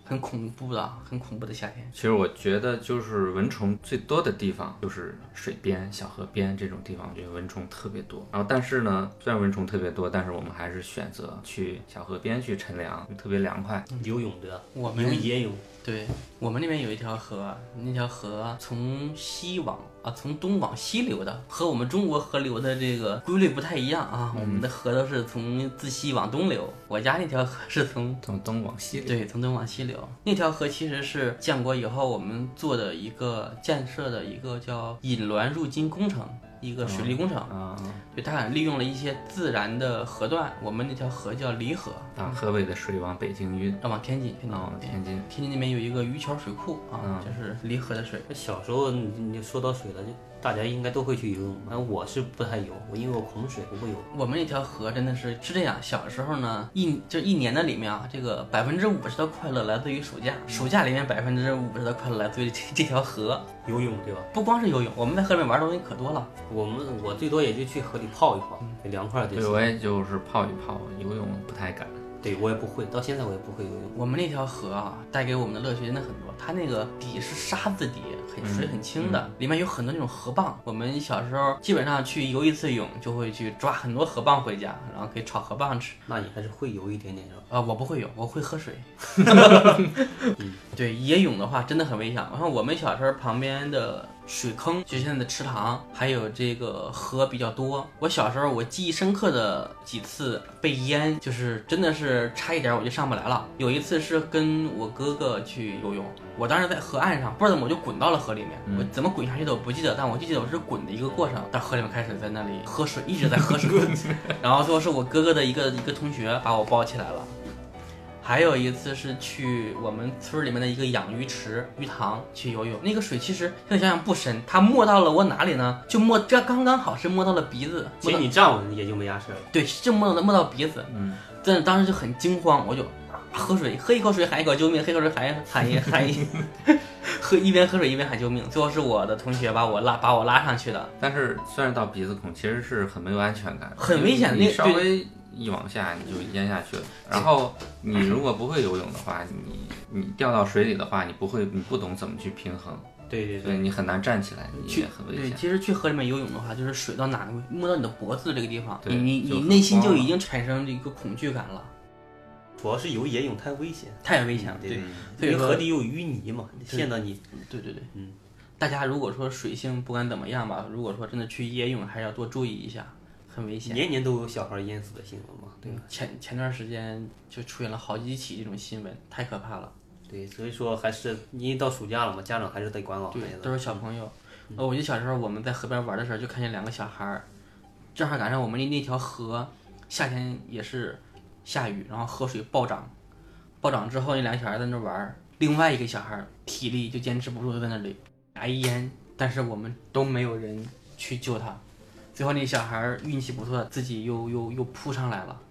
[SPEAKER 3] 很恐怖的，很恐怖的夏天。
[SPEAKER 1] 其实我觉得，就是蚊虫最多的地方就是水边、小河边这种地方，我觉得蚊虫特别多。然后，但是呢，虽然蚊虫特别多，但是我们还是选择去小河边去乘凉，特别凉快。
[SPEAKER 2] 嗯游泳对吧？
[SPEAKER 3] 我
[SPEAKER 2] 游
[SPEAKER 3] 们
[SPEAKER 2] 野泳，
[SPEAKER 3] 对我们那边有一条河，那条河从西往啊，从东往西流的，和我们中国河流的这个规律不太一样啊。
[SPEAKER 1] 嗯
[SPEAKER 3] 我们的河都是从自西往东流，我家那条河是从
[SPEAKER 1] 从东往西流。
[SPEAKER 3] 对，从东往西流。那条河其实是建国以后我们做的一个建设的一个叫引滦入津工程，一个水利工程。
[SPEAKER 1] 啊
[SPEAKER 3] 对，它很利用了一些自然的河段，我们那条河叫离河，
[SPEAKER 1] 啊！河北的水往北京运，
[SPEAKER 3] 要往天津。天津
[SPEAKER 1] 啊，嗯天津嗯
[SPEAKER 3] 天津那边有一个渔桥水库啊，就是离河的水。
[SPEAKER 2] 小时候你你说到水了，就大家应该都会去游泳，但我是不太游，我因为我恐水，我不游。
[SPEAKER 3] 我们那条河真的是是这样，小时候呢，一就一年的里面啊，这个百分之五十的快乐来自于暑假，暑假里面百分之五十的快乐来自于这 这条河。
[SPEAKER 2] 游泳对吧？
[SPEAKER 3] 不光是游泳，我们在河里面玩的东西可多了。
[SPEAKER 2] 我们我最多也就去河里泡一泡，
[SPEAKER 3] 嗯
[SPEAKER 2] 凉快儿就
[SPEAKER 1] 对，
[SPEAKER 2] 行。
[SPEAKER 1] 我也就是泡一泡，游泳不太敢。
[SPEAKER 2] 对我也不会，到现在我也不会游泳。
[SPEAKER 3] 我们那条河啊，带给我们的乐趣真的很多。它那个底是沙子底，很水很清的，里面有很多那种河蚌。我们小时候基本上去游一次泳，就会去抓很多河蚌回家，然后可以炒河蚌吃。
[SPEAKER 2] 那你还是会游一点点是吧？
[SPEAKER 3] 啊、我不会泳，我会喝水。嗯对，野泳的话真的很危险。然后我们小时候旁边的水坑，就现在的池塘，还有这个河比较多。我小时候我记忆深刻的几次被淹，就是真的是差一点我就上不来了。有一次是跟我哥哥去游泳，我当时在河岸上，不知道怎么我就滚到了河里面，我怎么滚下去的我不记得，但我就记得我是滚的一个过程，到河里面开始在那里喝水，一直在喝水。 然后最后是我哥哥的一个一个同学把我抱起来了。还有一次是去我们村儿里面的一个养鱼池、鱼塘去游泳，那个水其实现在想想不深，它没到了我哪里呢？就没这刚刚好是没到了鼻子，
[SPEAKER 2] 其
[SPEAKER 3] 没
[SPEAKER 2] 实
[SPEAKER 3] 到
[SPEAKER 2] 你站稳也就没啥事儿了。
[SPEAKER 3] 对，就没到没到鼻子。
[SPEAKER 1] 嗯，
[SPEAKER 3] 但是当时就很惊慌，我就啊喝水，喝一口水喊一口救命，喝一口水喊一喊一喊一， 喝一边喝水一边喊救命。最后是我的同学把我拉把我拉上去的，
[SPEAKER 1] 啊但是虽然到鼻子孔，其实是很没有安全感的，
[SPEAKER 3] 很危险的
[SPEAKER 1] 你
[SPEAKER 3] 那
[SPEAKER 1] 你稍
[SPEAKER 3] 对
[SPEAKER 1] 微一往下你就淹下去了，然后你如果不会游泳的话，你你掉到水里的话，你不会，你不懂怎么去平衡，
[SPEAKER 2] 对对
[SPEAKER 1] 所以
[SPEAKER 2] 对，
[SPEAKER 1] 你很难站起来，你
[SPEAKER 3] 去
[SPEAKER 1] 也很危
[SPEAKER 3] 对，
[SPEAKER 1] 险。
[SPEAKER 3] 其实去河里面游泳的话，就是水到哪摸到你的脖子这个地方，
[SPEAKER 1] 对
[SPEAKER 3] 你你
[SPEAKER 1] 就
[SPEAKER 3] 你
[SPEAKER 1] 很
[SPEAKER 3] 内心
[SPEAKER 1] 慌
[SPEAKER 3] 就
[SPEAKER 1] 了
[SPEAKER 3] 已经产生了一个恐惧感了，
[SPEAKER 2] 主要是游野泳太危险，
[SPEAKER 3] 太危险了。对，所
[SPEAKER 2] 因
[SPEAKER 3] 以
[SPEAKER 2] 为
[SPEAKER 3] 说
[SPEAKER 2] 河里有淤泥嘛，陷到你。
[SPEAKER 3] 对对对，
[SPEAKER 2] 嗯，
[SPEAKER 3] 大家如果说水性不管怎么样吧，如果说真的去野泳，还是要多注意一下，很危险。
[SPEAKER 2] 年年都有小孩淹死的新闻嘛，对吧？
[SPEAKER 3] 前前段时间就出现了好几起这种新闻，太可怕了。
[SPEAKER 2] 对，所以说还是因为到暑假了嘛，家长还是得管好孩
[SPEAKER 3] 对，
[SPEAKER 2] 子。
[SPEAKER 3] 都是小朋友。呃，我记得小时候我们在河边玩的时候，就看见两个小孩儿，正好赶上我们那那条河夏天也是下雨，然后河水暴涨，暴涨之后那两个小孩在那玩儿，另外一个小孩儿体力就坚持不住，就在那里挨淹，但是我们都没有人去救他。最后那小孩儿运气不错，自己又又又扑上来了，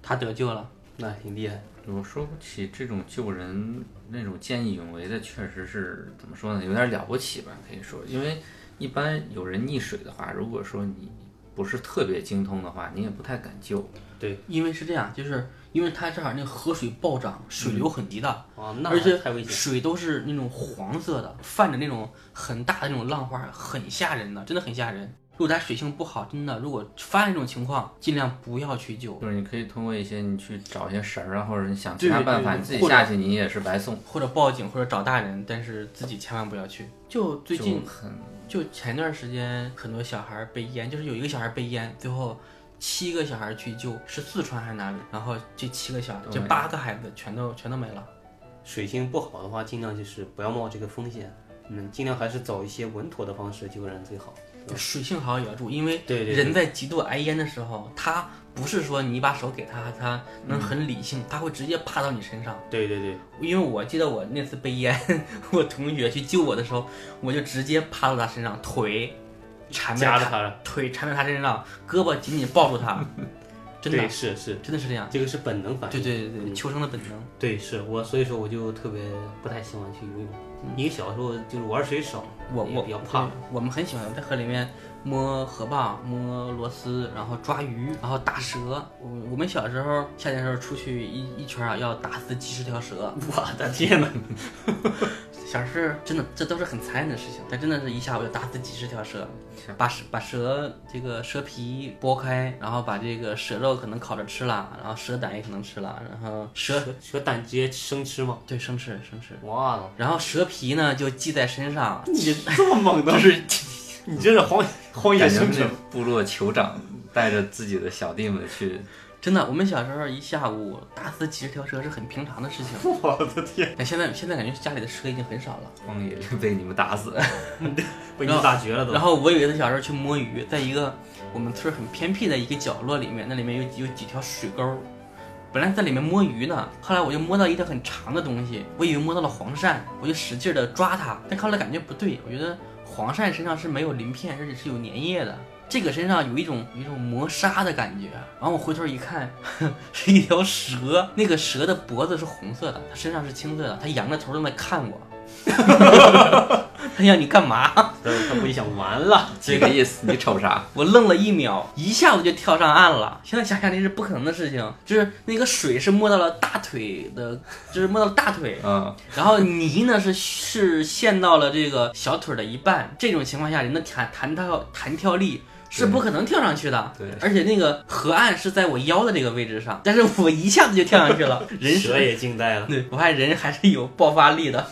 [SPEAKER 3] 他得救了。
[SPEAKER 2] 那挺厉害。
[SPEAKER 1] 我说起这种救人那种见义勇为的，确实是怎么说呢，有点了不起吧，可以说，因为一般有人溺水的话，如果说你不是特别精通的话，你也不太敢救。
[SPEAKER 2] 对，
[SPEAKER 3] 因为是这样，就是因为他正好那个河水暴涨，水流很急的，
[SPEAKER 2] 啊，那
[SPEAKER 3] 而且
[SPEAKER 2] 太危险。
[SPEAKER 3] 水都是那种黄色的，泛着那种很大的那种浪花，很吓人的，真的很吓人。如果它水性不好，真的，如果发现这种情况，尽量不要去救，
[SPEAKER 1] 就是你可以通过一些你去找一些绳儿啊，或者你想
[SPEAKER 3] 对
[SPEAKER 1] 其他
[SPEAKER 3] 对
[SPEAKER 1] 办法，
[SPEAKER 3] 对
[SPEAKER 1] 你自己
[SPEAKER 3] 或者
[SPEAKER 1] 下去你也是白送。
[SPEAKER 3] 或者报警，或者找大人，但是自己千万不要去。就最近
[SPEAKER 1] 就很
[SPEAKER 3] 就前段时间，很多小孩被淹，就是有一个小孩被淹，最后七个小孩去救，是四川还是哪里？然后这七个小孩，这八个孩子全都全都没了。
[SPEAKER 2] 水性不好的话，尽量就是不要冒这个风险。嗯，尽量还是找一些稳妥的方式救人最好。
[SPEAKER 3] 水性好也要注意，因为
[SPEAKER 2] 对对对
[SPEAKER 3] 人在极度挨淹的时候，他不是说你把手给他，他能很理性，他会直接趴到你身上。
[SPEAKER 2] 对对对，
[SPEAKER 3] 因为我记得我那次被淹， 我同学去救我的时候，我就直接趴到他身上，腿缠在
[SPEAKER 2] 夹着
[SPEAKER 3] 他，
[SPEAKER 2] 他了。
[SPEAKER 3] 腿缠在他身上，胳膊紧紧抱住他，真的
[SPEAKER 2] 对，是是，
[SPEAKER 3] 真的是这样。
[SPEAKER 2] 这个是本能反应。
[SPEAKER 3] 对对对对，求生的本能。
[SPEAKER 2] 对，是我，所以说我就特别不太喜欢去游泳。你小时候就是玩水少，
[SPEAKER 3] 嗯我
[SPEAKER 2] 也
[SPEAKER 3] 我
[SPEAKER 2] 比较怕
[SPEAKER 3] 对。我们很喜欢在河里面摸河蚌、摸螺丝，然后抓鱼，然后打蛇。我我们小时候夏天的时候出去一一圈啊，要打死几十条蛇。
[SPEAKER 2] 我的天哪！
[SPEAKER 3] 小时候真的这都是很残忍的事情，但真的是一下午就打死几十条蛇，把蛇把蛇这个蛇皮剥开，然后把这个蛇肉可能烤着吃了，然后蛇胆也可能吃了，然后蛇
[SPEAKER 2] 蛇蛇胆直接生吃吗？
[SPEAKER 3] 对生吃生吃，
[SPEAKER 2] 哇，
[SPEAKER 3] 然后蛇皮呢就系在身上，
[SPEAKER 2] 你这么猛的！
[SPEAKER 3] 就是
[SPEAKER 2] 你这是荒荒野
[SPEAKER 1] 感觉
[SPEAKER 2] 生
[SPEAKER 1] 那
[SPEAKER 2] 存，
[SPEAKER 1] 部落酋长带着自己的小弟们去，
[SPEAKER 3] 真的，我们小时候一下午大肆骑着条车是很平常的事情。
[SPEAKER 2] 我的天，
[SPEAKER 3] 哎，现在现在感觉家里的车已经很少了。
[SPEAKER 1] 荒野里被你们打 死。
[SPEAKER 2] 被你打绝了都
[SPEAKER 3] 然。后我有一次小时候去摸鱼，在一个我们村儿很偏僻的一个角落里面，那里面有有几条水沟儿。本来在里面摸鱼呢，后来我就摸到一条很长的东西，我以为摸到了黄鳝，我就使劲的抓它，但后来感觉不对，我觉得黄鳝身上是没有鳞片，而且是有粘液的，这个身上有一种有一种磨砂的感觉。然后我回头一看， 是一条蛇，那个蛇的脖子是红色的，它身上是青色的，它仰着头正在看 我， 它要你干嘛？
[SPEAKER 2] 对他不一想完了，
[SPEAKER 1] 这个意思，你瞅啥？
[SPEAKER 3] 我愣了一秒，一下子就跳上岸了。现在想想那是不可能的事情，就是那个水是没到了大腿的，就是没到了大腿，
[SPEAKER 1] 嗯，
[SPEAKER 3] 然后泥呢是是陷到了这个小腿的一半。这种情况下，人的弹弹跳弹跳力。是不可能跳上去的，
[SPEAKER 1] 对
[SPEAKER 3] 而且那个河岸是在我腰的这个位置上，但是我一下子就跳上去了，人
[SPEAKER 2] 蛇也惊呆了。
[SPEAKER 3] 对我发现人还是有爆发力的。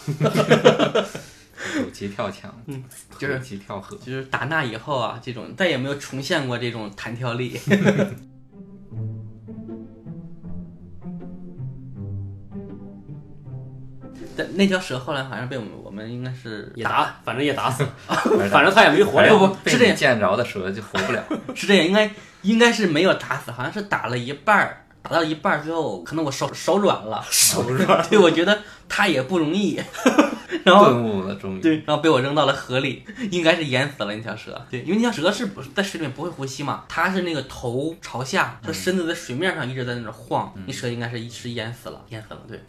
[SPEAKER 1] 土鸡跳墙，嗯，
[SPEAKER 3] 就是
[SPEAKER 1] 鸡跳河。
[SPEAKER 3] 就是打那以后啊，这种再也没有重现过这种弹跳力。 但那条蛇后来好像被我们我们应该是
[SPEAKER 2] 也打，反正也打死了，
[SPEAKER 1] 反
[SPEAKER 2] 反正他也没活了。
[SPEAKER 3] 不不
[SPEAKER 1] 被
[SPEAKER 3] 是这
[SPEAKER 1] 你
[SPEAKER 3] 样
[SPEAKER 1] 见着的蛇就活不了。
[SPEAKER 3] 是这样，应该应该是没有打死，好像是打了一半儿，打到一半儿之后，可能我手手软了，手软。 对，我觉得他也不容易， 然后
[SPEAKER 1] 顿悟了，终于。
[SPEAKER 3] 对，然后被我扔到了河里， 应该是淹死了那条蛇。对，因为那条蛇是不在水里面不会呼吸嘛，它是那个头朝下，它身子在水面上一直在那儿晃，那蛇应该是一是淹死了，淹死了。对，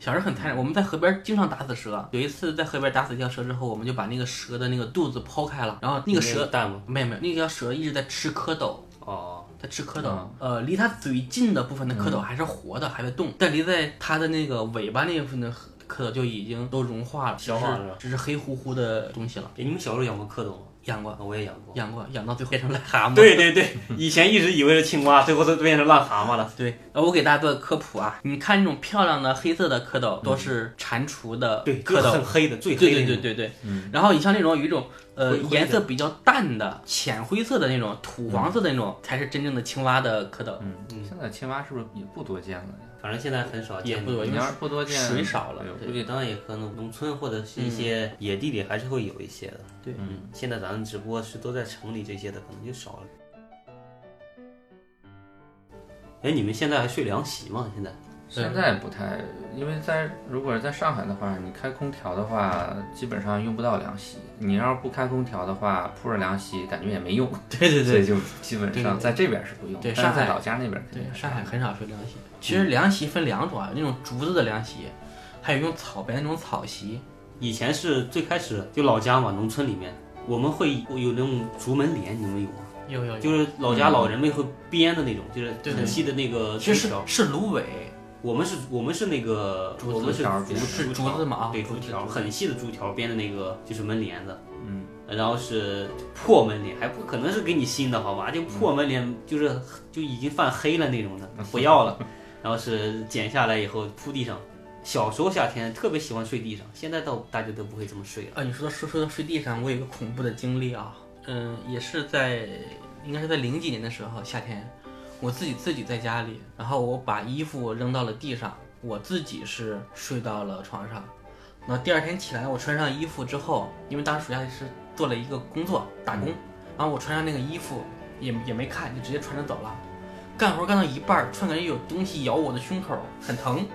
[SPEAKER 3] 小时候很残忍，我们在河边经常打死蛇。有一次在河边打死一条蛇之后，我们就把那个蛇的那个肚子剖开了，然后那个蛇
[SPEAKER 2] 蛋吗？
[SPEAKER 3] 没有没有，那条蛇一直在吃蝌蚪。
[SPEAKER 2] 哦，
[SPEAKER 3] 它吃蝌蚪，呃，离它嘴近的部分的蝌蚪
[SPEAKER 2] 嗯
[SPEAKER 3] 还是活的，还在动，但离在它的那个尾巴那部分的蝌蚪就已经都融化了，
[SPEAKER 2] 消化了嗯
[SPEAKER 3] 只是只是黑乎乎的东西了。
[SPEAKER 2] 哎，你们小时候养过蝌蚪吗？啊
[SPEAKER 3] 养过，
[SPEAKER 2] 我也养 过。
[SPEAKER 3] 养过，养到最后变成癞蛤蟆。
[SPEAKER 2] 对对对， 以前一直以为是青蛙，最后都变成癞蛤蟆了。
[SPEAKER 3] 对，呃，我给大家做个科普啊，你看那种漂亮的黑色的蝌蚪，都是蟾蜍的
[SPEAKER 2] 对，
[SPEAKER 3] 蝌蚪
[SPEAKER 2] 很，黑的，最
[SPEAKER 3] 对
[SPEAKER 2] 黑的
[SPEAKER 3] 对
[SPEAKER 2] 那种。嗯
[SPEAKER 3] 对对对。然后你像那种有一种呃
[SPEAKER 2] 灰灰的
[SPEAKER 3] 颜色比较淡的浅灰色的那种土黄色的那
[SPEAKER 2] 嗯
[SPEAKER 3] 种，才是真正的青蛙的蝌蚪，
[SPEAKER 1] 嗯现在青蛙是不是也不多见了呀？
[SPEAKER 2] 反正现在很少
[SPEAKER 3] 也
[SPEAKER 2] 见
[SPEAKER 3] 不。多，因
[SPEAKER 1] 你
[SPEAKER 3] 为
[SPEAKER 1] 要是不多见，
[SPEAKER 3] 水少了
[SPEAKER 1] 哎呦
[SPEAKER 3] 对嗯
[SPEAKER 1] 估计
[SPEAKER 2] 当然也可能农村或者是一些野地里还是会有一些的。
[SPEAKER 3] 对
[SPEAKER 2] 嗯，现在咱们只不过是都在城里这些的，可能就少了。哎，你们现在还睡凉席吗？现在
[SPEAKER 1] 现在不太，因为在如果在上海的话，你开空调的话，基本上用不到凉席。你要是不开空调的话，铺着凉席感觉也没用。
[SPEAKER 3] 对 对
[SPEAKER 1] 所以就基本
[SPEAKER 3] 对对
[SPEAKER 1] 上在这边是不用，
[SPEAKER 3] 对
[SPEAKER 1] 但
[SPEAKER 3] 上
[SPEAKER 1] 是在
[SPEAKER 3] 海
[SPEAKER 1] 老家那边肯
[SPEAKER 3] 对嗯
[SPEAKER 1] 定，是
[SPEAKER 3] 上海很少睡凉席。其实凉席分两种啊，有那种竹子的凉席，还有用草编的那种草席。
[SPEAKER 2] 以前是最开始就老家嘛，农村里面我们会有那种竹门帘，你们有吗？
[SPEAKER 3] 有有，嗯
[SPEAKER 2] 就是老家老人们会编的那种，就是
[SPEAKER 3] 对
[SPEAKER 2] 很细的那个
[SPEAKER 3] 其
[SPEAKER 2] 竹
[SPEAKER 3] 呃实是
[SPEAKER 2] 条。
[SPEAKER 3] 是芦苇，
[SPEAKER 2] 我们是，我们是那个，
[SPEAKER 3] 竹子
[SPEAKER 2] 我们是
[SPEAKER 1] 条儿
[SPEAKER 2] 竹
[SPEAKER 1] 编的
[SPEAKER 3] 是
[SPEAKER 2] 条
[SPEAKER 3] 竹子嘛啊
[SPEAKER 2] 对，
[SPEAKER 3] 竹
[SPEAKER 2] 竹
[SPEAKER 3] 子
[SPEAKER 2] 条儿
[SPEAKER 3] 竹子
[SPEAKER 2] 很细的竹条儿编的那个，就是门帘子。嗯，然后是破门帘，还不可能是给你新的好吧？就破门帘，就是就已经泛黑了那种的，不要了。然后是剪下来以后铺地上。小时候夏天特别喜欢睡地上，现在到大家都不会这么睡了。
[SPEAKER 3] 啊，你说到说说到睡地上，我有一个恐怖的经历啊，嗯，也是在应该是在零几年的时候，夏天，我自己自己在家里，然后我把衣服扔到了地上，我自己是睡到了床上，然后第二天起来，我穿上衣服之后，因为当时暑假是做了一个工作打工，然后我穿上那个衣服也也没看，就直接穿着走了，干活干到一半儿，突然感觉有东西咬我的胸口，很疼，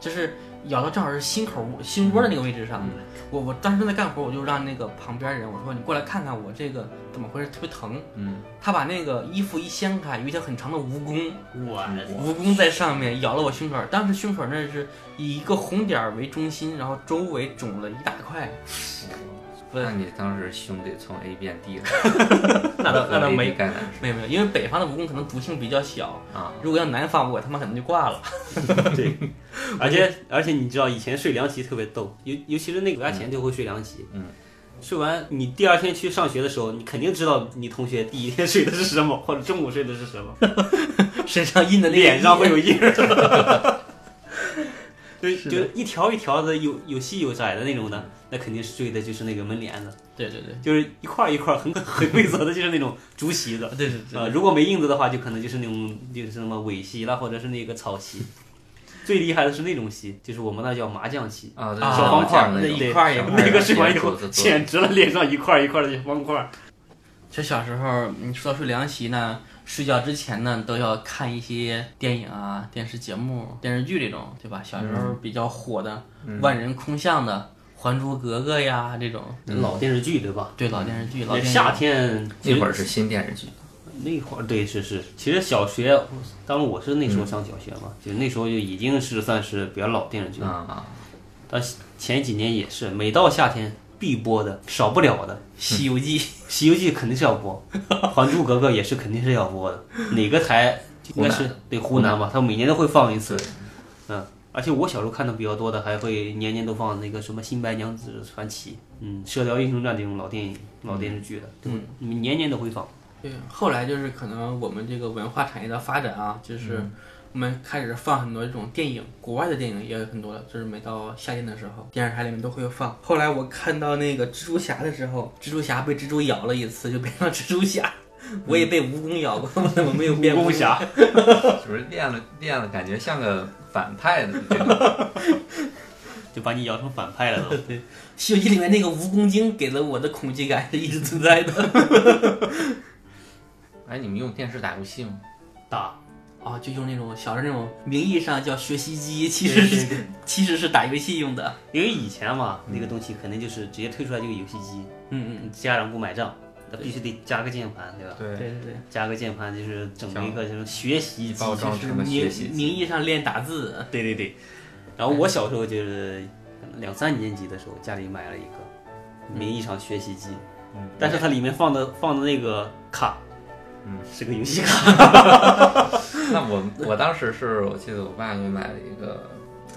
[SPEAKER 3] 就是咬到正好是心口窝心窝的那个位置上。我我当时正在干活，我就让那个旁边人我说你过来看看我这个怎么回事，特别疼。
[SPEAKER 1] 嗯，
[SPEAKER 3] 他把那个衣服一掀开，有一条很长的蜈蚣，
[SPEAKER 2] 我
[SPEAKER 3] 蜈蚣在上面咬了我胸口，当时胸口那是以一个红点儿为中心，然后周围肿了一大块。不是
[SPEAKER 1] 那你当时胸得从 A 变 D 了，
[SPEAKER 3] 那倒那倒没
[SPEAKER 1] 该难
[SPEAKER 3] 没有没有，因为北方的蜈蚣可能毒性比较小，
[SPEAKER 1] 啊。
[SPEAKER 3] 如果要南方，我他妈可能就挂了。
[SPEAKER 2] 对， 而且而且你知道以前睡凉席特别逗，尤尤其是那个暑假前就会睡凉席。
[SPEAKER 1] 嗯，
[SPEAKER 2] 睡完你第二天去上学的时候，你肯定知道你同学第一天睡的是什么，或者中午睡的是什么，
[SPEAKER 3] 身上印的那个
[SPEAKER 2] 脸上会有印儿。就是就一条一条的有有细有窄的那种的，那肯定是追的就是那个门帘子，
[SPEAKER 3] 对对对，
[SPEAKER 2] 就是一块儿一块儿很很规则的，就是那种竹席子。
[SPEAKER 3] 对对对，
[SPEAKER 2] 呃，如果没印子的话，就可能就是那种就是什么尾席啦，或者是那个草席。最厉害的是那种席，就是我们那叫麻将席，
[SPEAKER 1] 啊，对
[SPEAKER 3] 啊
[SPEAKER 1] 小方块儿
[SPEAKER 3] 那
[SPEAKER 1] 种
[SPEAKER 3] 一块儿一块儿
[SPEAKER 2] 那个吃完以后
[SPEAKER 1] 竹子，做的
[SPEAKER 2] 简直了，脸上一块一块的小方块儿。
[SPEAKER 3] 其实小时候，你说到睡凉席呢，睡觉之前呢，都要看一些电影啊、电视节目、电视剧这种，对吧？小时候比较火的、万人空巷的《还珠格格》呀，这种
[SPEAKER 2] 老电视剧对吧？
[SPEAKER 3] 对老电视剧、老 电影
[SPEAKER 2] 夏天
[SPEAKER 1] 那会儿是新电视剧，
[SPEAKER 2] 那会儿对是是，其实小学，当然我是那时候上小学嘛，就那时候就已经是算是比较老电视剧了。
[SPEAKER 1] 啊，
[SPEAKER 2] 但前几年也是，每到夏天必播的，少不了的，《
[SPEAKER 3] 西游记》
[SPEAKER 2] 西游记》 肯定是要播，《还珠格格》也是肯定是要播的。哪个台应该
[SPEAKER 1] 湖
[SPEAKER 2] 是对湖南吧？它每年都会放一次。嗯，而且我小时候看的比较多的，还会年年都放那个什么《新白娘子传奇》，嗯，《射雕英雄传》这种老电影、老电视剧的，对吧，年年都会放。
[SPEAKER 3] 对，后来就是可能我们这个文化产业的发展啊，就是
[SPEAKER 2] 嗯
[SPEAKER 3] 我们开始放很多这种电影，国外的电影也有很多了，就是每到夏天的时候，电视台里面都会有放。后来我看到那个蜘蛛侠的时候，蜘蛛侠被蜘蛛咬了一次，就变成蜘 蛛侠。我也被蜈蚣咬过，我怎么没有变？
[SPEAKER 2] 功嗯侠，
[SPEAKER 1] 啊就是练了练了，感觉像个反派的这 种。
[SPEAKER 2] 就把你咬成反派了都。
[SPEAKER 3] 《西游记》里面那个蜈蚣精给了我的恐惧感是一直存在的。
[SPEAKER 1] 哎，你们用电视打游戏吗？
[SPEAKER 2] 打，
[SPEAKER 3] 啊，就用那种小时候那种名义上叫学习机，其实是其实是打游戏用的。
[SPEAKER 2] 因为以前嘛，那个东西可能就是直接推出来就有游戏机，
[SPEAKER 3] 嗯
[SPEAKER 2] 家长不买账，那必须得加个键盘，对吧？
[SPEAKER 3] 嗯，对对对。
[SPEAKER 2] 加个键盘就是整一个就是学习
[SPEAKER 1] 一
[SPEAKER 2] 机
[SPEAKER 1] 包装
[SPEAKER 3] 就是
[SPEAKER 1] 成了学
[SPEAKER 3] 名
[SPEAKER 1] 习机
[SPEAKER 3] 名义上练打字，
[SPEAKER 2] 对对对。然后我小时候就是可能两三年级的时候，家里买了一个名义上学习机，
[SPEAKER 1] 嗯
[SPEAKER 2] 但是它里面放的放的那个卡，嗯，是个游戏卡，
[SPEAKER 1] 那我我当时是我记得我爸给我买了一个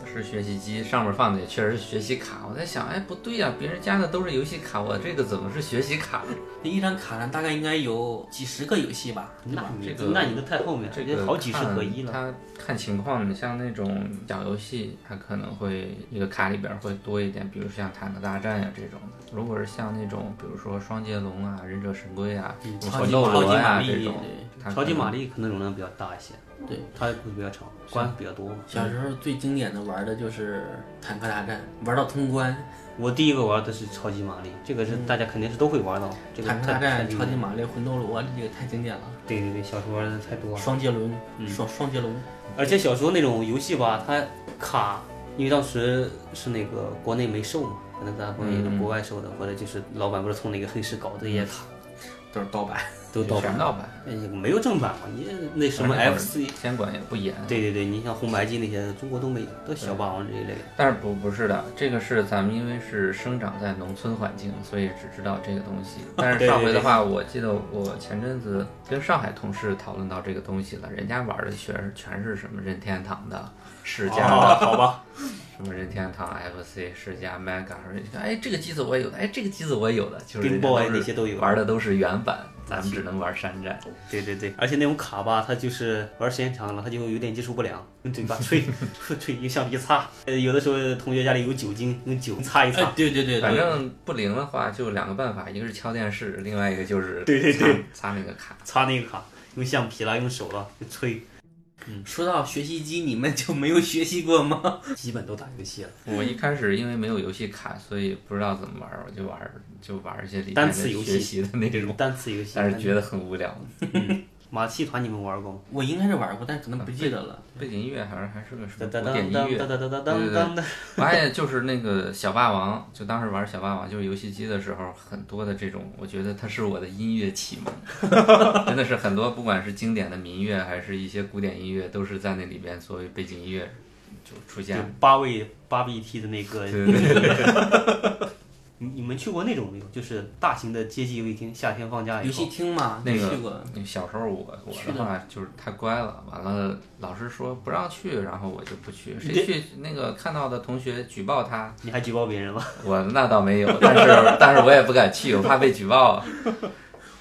[SPEAKER 1] 是学习机，上面放的也确实是学习卡。我在想，哎，不对呀、别人家的都是游戏卡，我这个怎么是学习卡？
[SPEAKER 3] 那一张卡上大概应该有几十个游戏吧。
[SPEAKER 2] 那你
[SPEAKER 1] 这个
[SPEAKER 2] 那你都太后面了，
[SPEAKER 1] 这
[SPEAKER 2] 这
[SPEAKER 1] 个
[SPEAKER 2] 好几十合一了。
[SPEAKER 1] 它看情况，你像那种小游戏，它可能会一个卡里边会多一点，比如像坦克大战呀、这种的。如果是像那种，比如说双截龙啊、忍者神龟啊、
[SPEAKER 3] 超
[SPEAKER 1] 魂
[SPEAKER 3] 级
[SPEAKER 1] 斗
[SPEAKER 3] 超级
[SPEAKER 1] 罗
[SPEAKER 3] 玛
[SPEAKER 1] 呀
[SPEAKER 3] 丽
[SPEAKER 1] 这种，
[SPEAKER 3] 对
[SPEAKER 1] 它可
[SPEAKER 2] 超级
[SPEAKER 1] 能
[SPEAKER 2] 玛丽可能容量比较大一些，
[SPEAKER 3] 对，
[SPEAKER 2] 它会比较长，关比较多嘛。
[SPEAKER 3] 小时候最经典的玩的就是坦克大战，玩到通关。
[SPEAKER 2] 我第一个玩的是超级玛丽，这个
[SPEAKER 1] 嗯
[SPEAKER 2] 是大家肯定是都会玩到。这个
[SPEAKER 3] 坦克
[SPEAKER 2] 太
[SPEAKER 3] 大
[SPEAKER 2] 太
[SPEAKER 3] 战、
[SPEAKER 2] 经
[SPEAKER 3] 超
[SPEAKER 2] 典
[SPEAKER 3] 级
[SPEAKER 2] 了
[SPEAKER 3] 玛丽、魂斗罗这个太经典了。
[SPEAKER 2] 对对对，小时候玩的太多了。
[SPEAKER 3] 双截龙，双双截龙，
[SPEAKER 2] 而且小时候那种游戏吧，它卡，因为当时是那个国内没售嘛，可能咱国内也是国外售的，或者就是老板不是从那个黑市搞的这些卡
[SPEAKER 3] 都是盗版。
[SPEAKER 2] 都盗版
[SPEAKER 1] 全
[SPEAKER 2] 的，
[SPEAKER 1] 盗版，
[SPEAKER 2] 哎也没有正版嘛，你那什么
[SPEAKER 1] 而且
[SPEAKER 2] FC，
[SPEAKER 1] 监管也不严。
[SPEAKER 2] 对对对，你像红白机那些，中国都没有，都小霸王这一类的。
[SPEAKER 1] 但是不不是的，这个是咱们因为是生长在农村环境，所以只知道这个东 西。但是
[SPEAKER 2] 对对
[SPEAKER 1] 上回的话，我记得我前阵子跟上海同事讨论到这个东西了，人家玩的全是全是什么任天堂的、世嘉的，
[SPEAKER 2] 好吧，
[SPEAKER 1] 什么任天堂 FC、世嘉 Mega，说哎这个机子我也有的，哎这个机子我也有的，就是
[SPEAKER 2] Game
[SPEAKER 1] 人家
[SPEAKER 2] Boy 那些都有
[SPEAKER 1] 玩的都是原版，咱们只能玩山寨。
[SPEAKER 2] 对对对，而且那种卡吧，它就是玩时间长了，它就有点接触不良，用嘴巴吹 吹，用橡皮擦。呃，有的时候同学家里有酒精，用酒擦一擦
[SPEAKER 3] 哎，，对对对
[SPEAKER 1] 反
[SPEAKER 3] 对，
[SPEAKER 1] 正不灵的话就两个办法，一个是敲电视，另外一个就是
[SPEAKER 2] 对对对
[SPEAKER 1] 擦擦那个卡。
[SPEAKER 2] 擦那个卡，用橡皮啦，用手啦，就吹。
[SPEAKER 3] 说到学习机，你们就没有学习过吗？
[SPEAKER 2] 基本都打游戏了，
[SPEAKER 1] 我一开始因为没有游戏卡，所以不知道怎么玩儿，我就玩儿就玩儿一些里面
[SPEAKER 2] 单
[SPEAKER 1] 的
[SPEAKER 2] 词游戏
[SPEAKER 1] 学习的内容，
[SPEAKER 2] 单词游戏。
[SPEAKER 1] 但是觉得很无聊。
[SPEAKER 2] 马戏团你们玩过吗？
[SPEAKER 3] 我应该是玩过，但可能不记得了。
[SPEAKER 1] 背景音乐好像还是个什
[SPEAKER 2] 哒
[SPEAKER 1] 么古
[SPEAKER 2] 哒哒
[SPEAKER 1] 典
[SPEAKER 2] 当
[SPEAKER 1] 音
[SPEAKER 2] 当
[SPEAKER 1] 乐
[SPEAKER 2] 哒，哒哒当当当。
[SPEAKER 1] 我发现就是那个小霸王，就当时玩小霸王，就是游戏机的时候，很多的这种，我觉得它是我的音乐启蒙， 真的是很多，不管是经典的民乐，还是一些古典音乐，都是在那里边作为背景音乐就出
[SPEAKER 2] 就
[SPEAKER 1] 现了。
[SPEAKER 2] 八位八 BT 的那个，
[SPEAKER 1] 对对对，
[SPEAKER 2] 你你们去过那种没有？就是大型的街机游戏厅，夏天放假以
[SPEAKER 3] 游
[SPEAKER 2] 后，
[SPEAKER 3] 戏厅嘛，
[SPEAKER 1] 那
[SPEAKER 3] 啊去
[SPEAKER 1] 个
[SPEAKER 3] 过。
[SPEAKER 1] 小时候我我
[SPEAKER 3] 去
[SPEAKER 1] 的
[SPEAKER 3] 的
[SPEAKER 1] 话就是太乖了，完了老师说不让去，然后我就不去。
[SPEAKER 2] 你这
[SPEAKER 1] 谁去那个看到的同学举报他，
[SPEAKER 2] 你还举报别人吗？
[SPEAKER 1] 我那倒没有，但是但是我也不敢去，我怕被举报。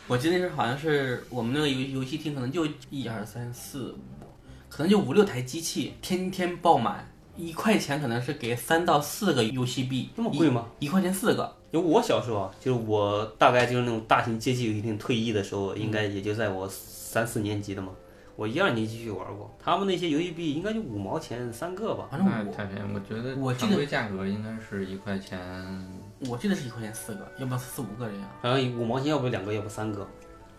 [SPEAKER 3] 我记得是好像是我们那个游游戏厅，可能就一二三四五，可能就五六台机器，天天爆满。一块钱可能是给三到四个 UC 币，
[SPEAKER 2] 那么贵吗？
[SPEAKER 3] 一块钱四个，
[SPEAKER 2] 因为我小时候啊，就是我大概就是那种大型街机有一定退役的时候，
[SPEAKER 1] 嗯
[SPEAKER 2] 应该也就在我三四年级的嘛。我一二年级就玩过，他们那些游戏币应该就五毛钱三个吧。
[SPEAKER 3] 反正
[SPEAKER 1] 那
[SPEAKER 3] 我
[SPEAKER 1] 哎太便宜，我觉得
[SPEAKER 3] 我记得
[SPEAKER 1] 常规价格应该是一块钱，
[SPEAKER 3] 我记得是一块钱四个，要不然四五个这样。
[SPEAKER 2] 好像五毛钱，要不两个，要不三个。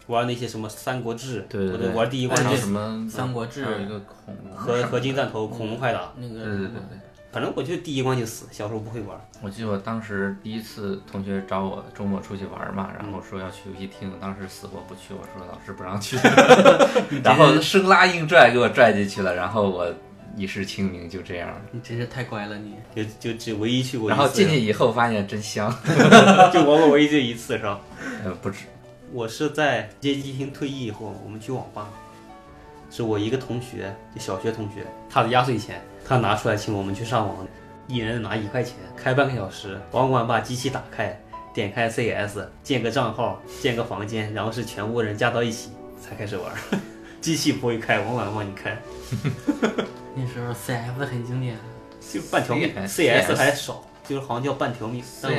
[SPEAKER 2] 玩那些什么《三国志》，
[SPEAKER 1] 对对
[SPEAKER 2] 我
[SPEAKER 1] 对
[SPEAKER 2] 就玩第一关
[SPEAKER 1] 还有
[SPEAKER 2] 上
[SPEAKER 1] 什么
[SPEAKER 3] 《三国志
[SPEAKER 1] 还有一个恐龙
[SPEAKER 2] 合
[SPEAKER 1] 什么
[SPEAKER 2] 合
[SPEAKER 1] 的
[SPEAKER 2] 金弹头、恐龙快打，
[SPEAKER 3] 那
[SPEAKER 1] 对
[SPEAKER 3] 个
[SPEAKER 1] 对对嗯对。
[SPEAKER 2] 反正我就第一关就死，小时候不会玩。
[SPEAKER 1] 我记得我当时第一次同学找我周末出去玩嘛，然后说要去游戏厅，当时死活不去，我说老师不让去，然后生拉硬拽给我拽进去了，然后我一世清明就这样了。
[SPEAKER 3] 你真是太乖了你。
[SPEAKER 2] 就就只唯一去过一
[SPEAKER 1] 然
[SPEAKER 2] 次，
[SPEAKER 1] 后进去以后发现真香，
[SPEAKER 2] 就玩过唯一这一次是吧？
[SPEAKER 1] 呃，不止，
[SPEAKER 2] 我是在街机厅退役以后，我们去网吧，是我一个同学，就小学同学，他的压岁钱，他拿出来请我们去上网，一人拿一块钱，开半个小时，网管把机器打开，点开 CS，建个账号，建个房间，然后是全屋人加到一起才开始玩， 机器不会开，网管帮你开，
[SPEAKER 3] 那时候 CF 很经典，
[SPEAKER 2] 就半条
[SPEAKER 3] 哎
[SPEAKER 2] 命
[SPEAKER 1] CS
[SPEAKER 2] ，CS 还少，就是好像叫半条命，但我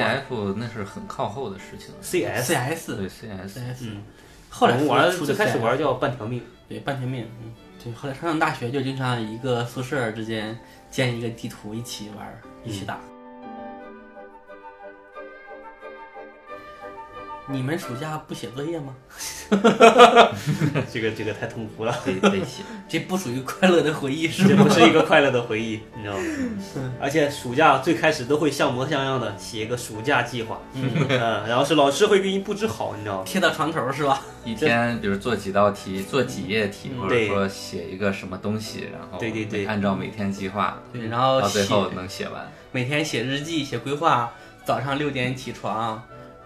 [SPEAKER 1] CF 那是很靠后的事情，
[SPEAKER 2] CS，
[SPEAKER 3] CS
[SPEAKER 1] 对 CS，
[SPEAKER 3] CS，
[SPEAKER 2] 嗯，
[SPEAKER 3] 后来
[SPEAKER 2] 我们玩
[SPEAKER 3] 出
[SPEAKER 2] 最
[SPEAKER 3] 的
[SPEAKER 2] 开始
[SPEAKER 3] CF
[SPEAKER 2] 玩叫半条命，
[SPEAKER 3] 对半全面，嗯，对。后来上大学就经常一个宿舍之间建一个地图一起玩儿，一
[SPEAKER 2] 嗯
[SPEAKER 3] 起打。你们暑假不写作业吗？
[SPEAKER 2] 这个这个太痛苦了。
[SPEAKER 1] 得得写，
[SPEAKER 3] 这不属于快乐的回忆是
[SPEAKER 2] 这
[SPEAKER 3] 吗
[SPEAKER 2] 不？是一个快乐的回忆，你知道吗？而且暑假最开始都会像模像样的写一个暑假计划，嗯，然后是老师会给你布置好，你知道吗？
[SPEAKER 3] 贴到床头是吧？
[SPEAKER 1] 一天比如做几道题，做几页题，
[SPEAKER 3] 嗯
[SPEAKER 1] 或者
[SPEAKER 2] 对
[SPEAKER 1] 说写一个什么东西，然后
[SPEAKER 2] 对对对
[SPEAKER 1] 按照每天计划，
[SPEAKER 3] 对，然后
[SPEAKER 1] 到
[SPEAKER 2] 啊
[SPEAKER 3] 写
[SPEAKER 1] 最后能写完。
[SPEAKER 3] 每天写日记、写规划，早上六点起床，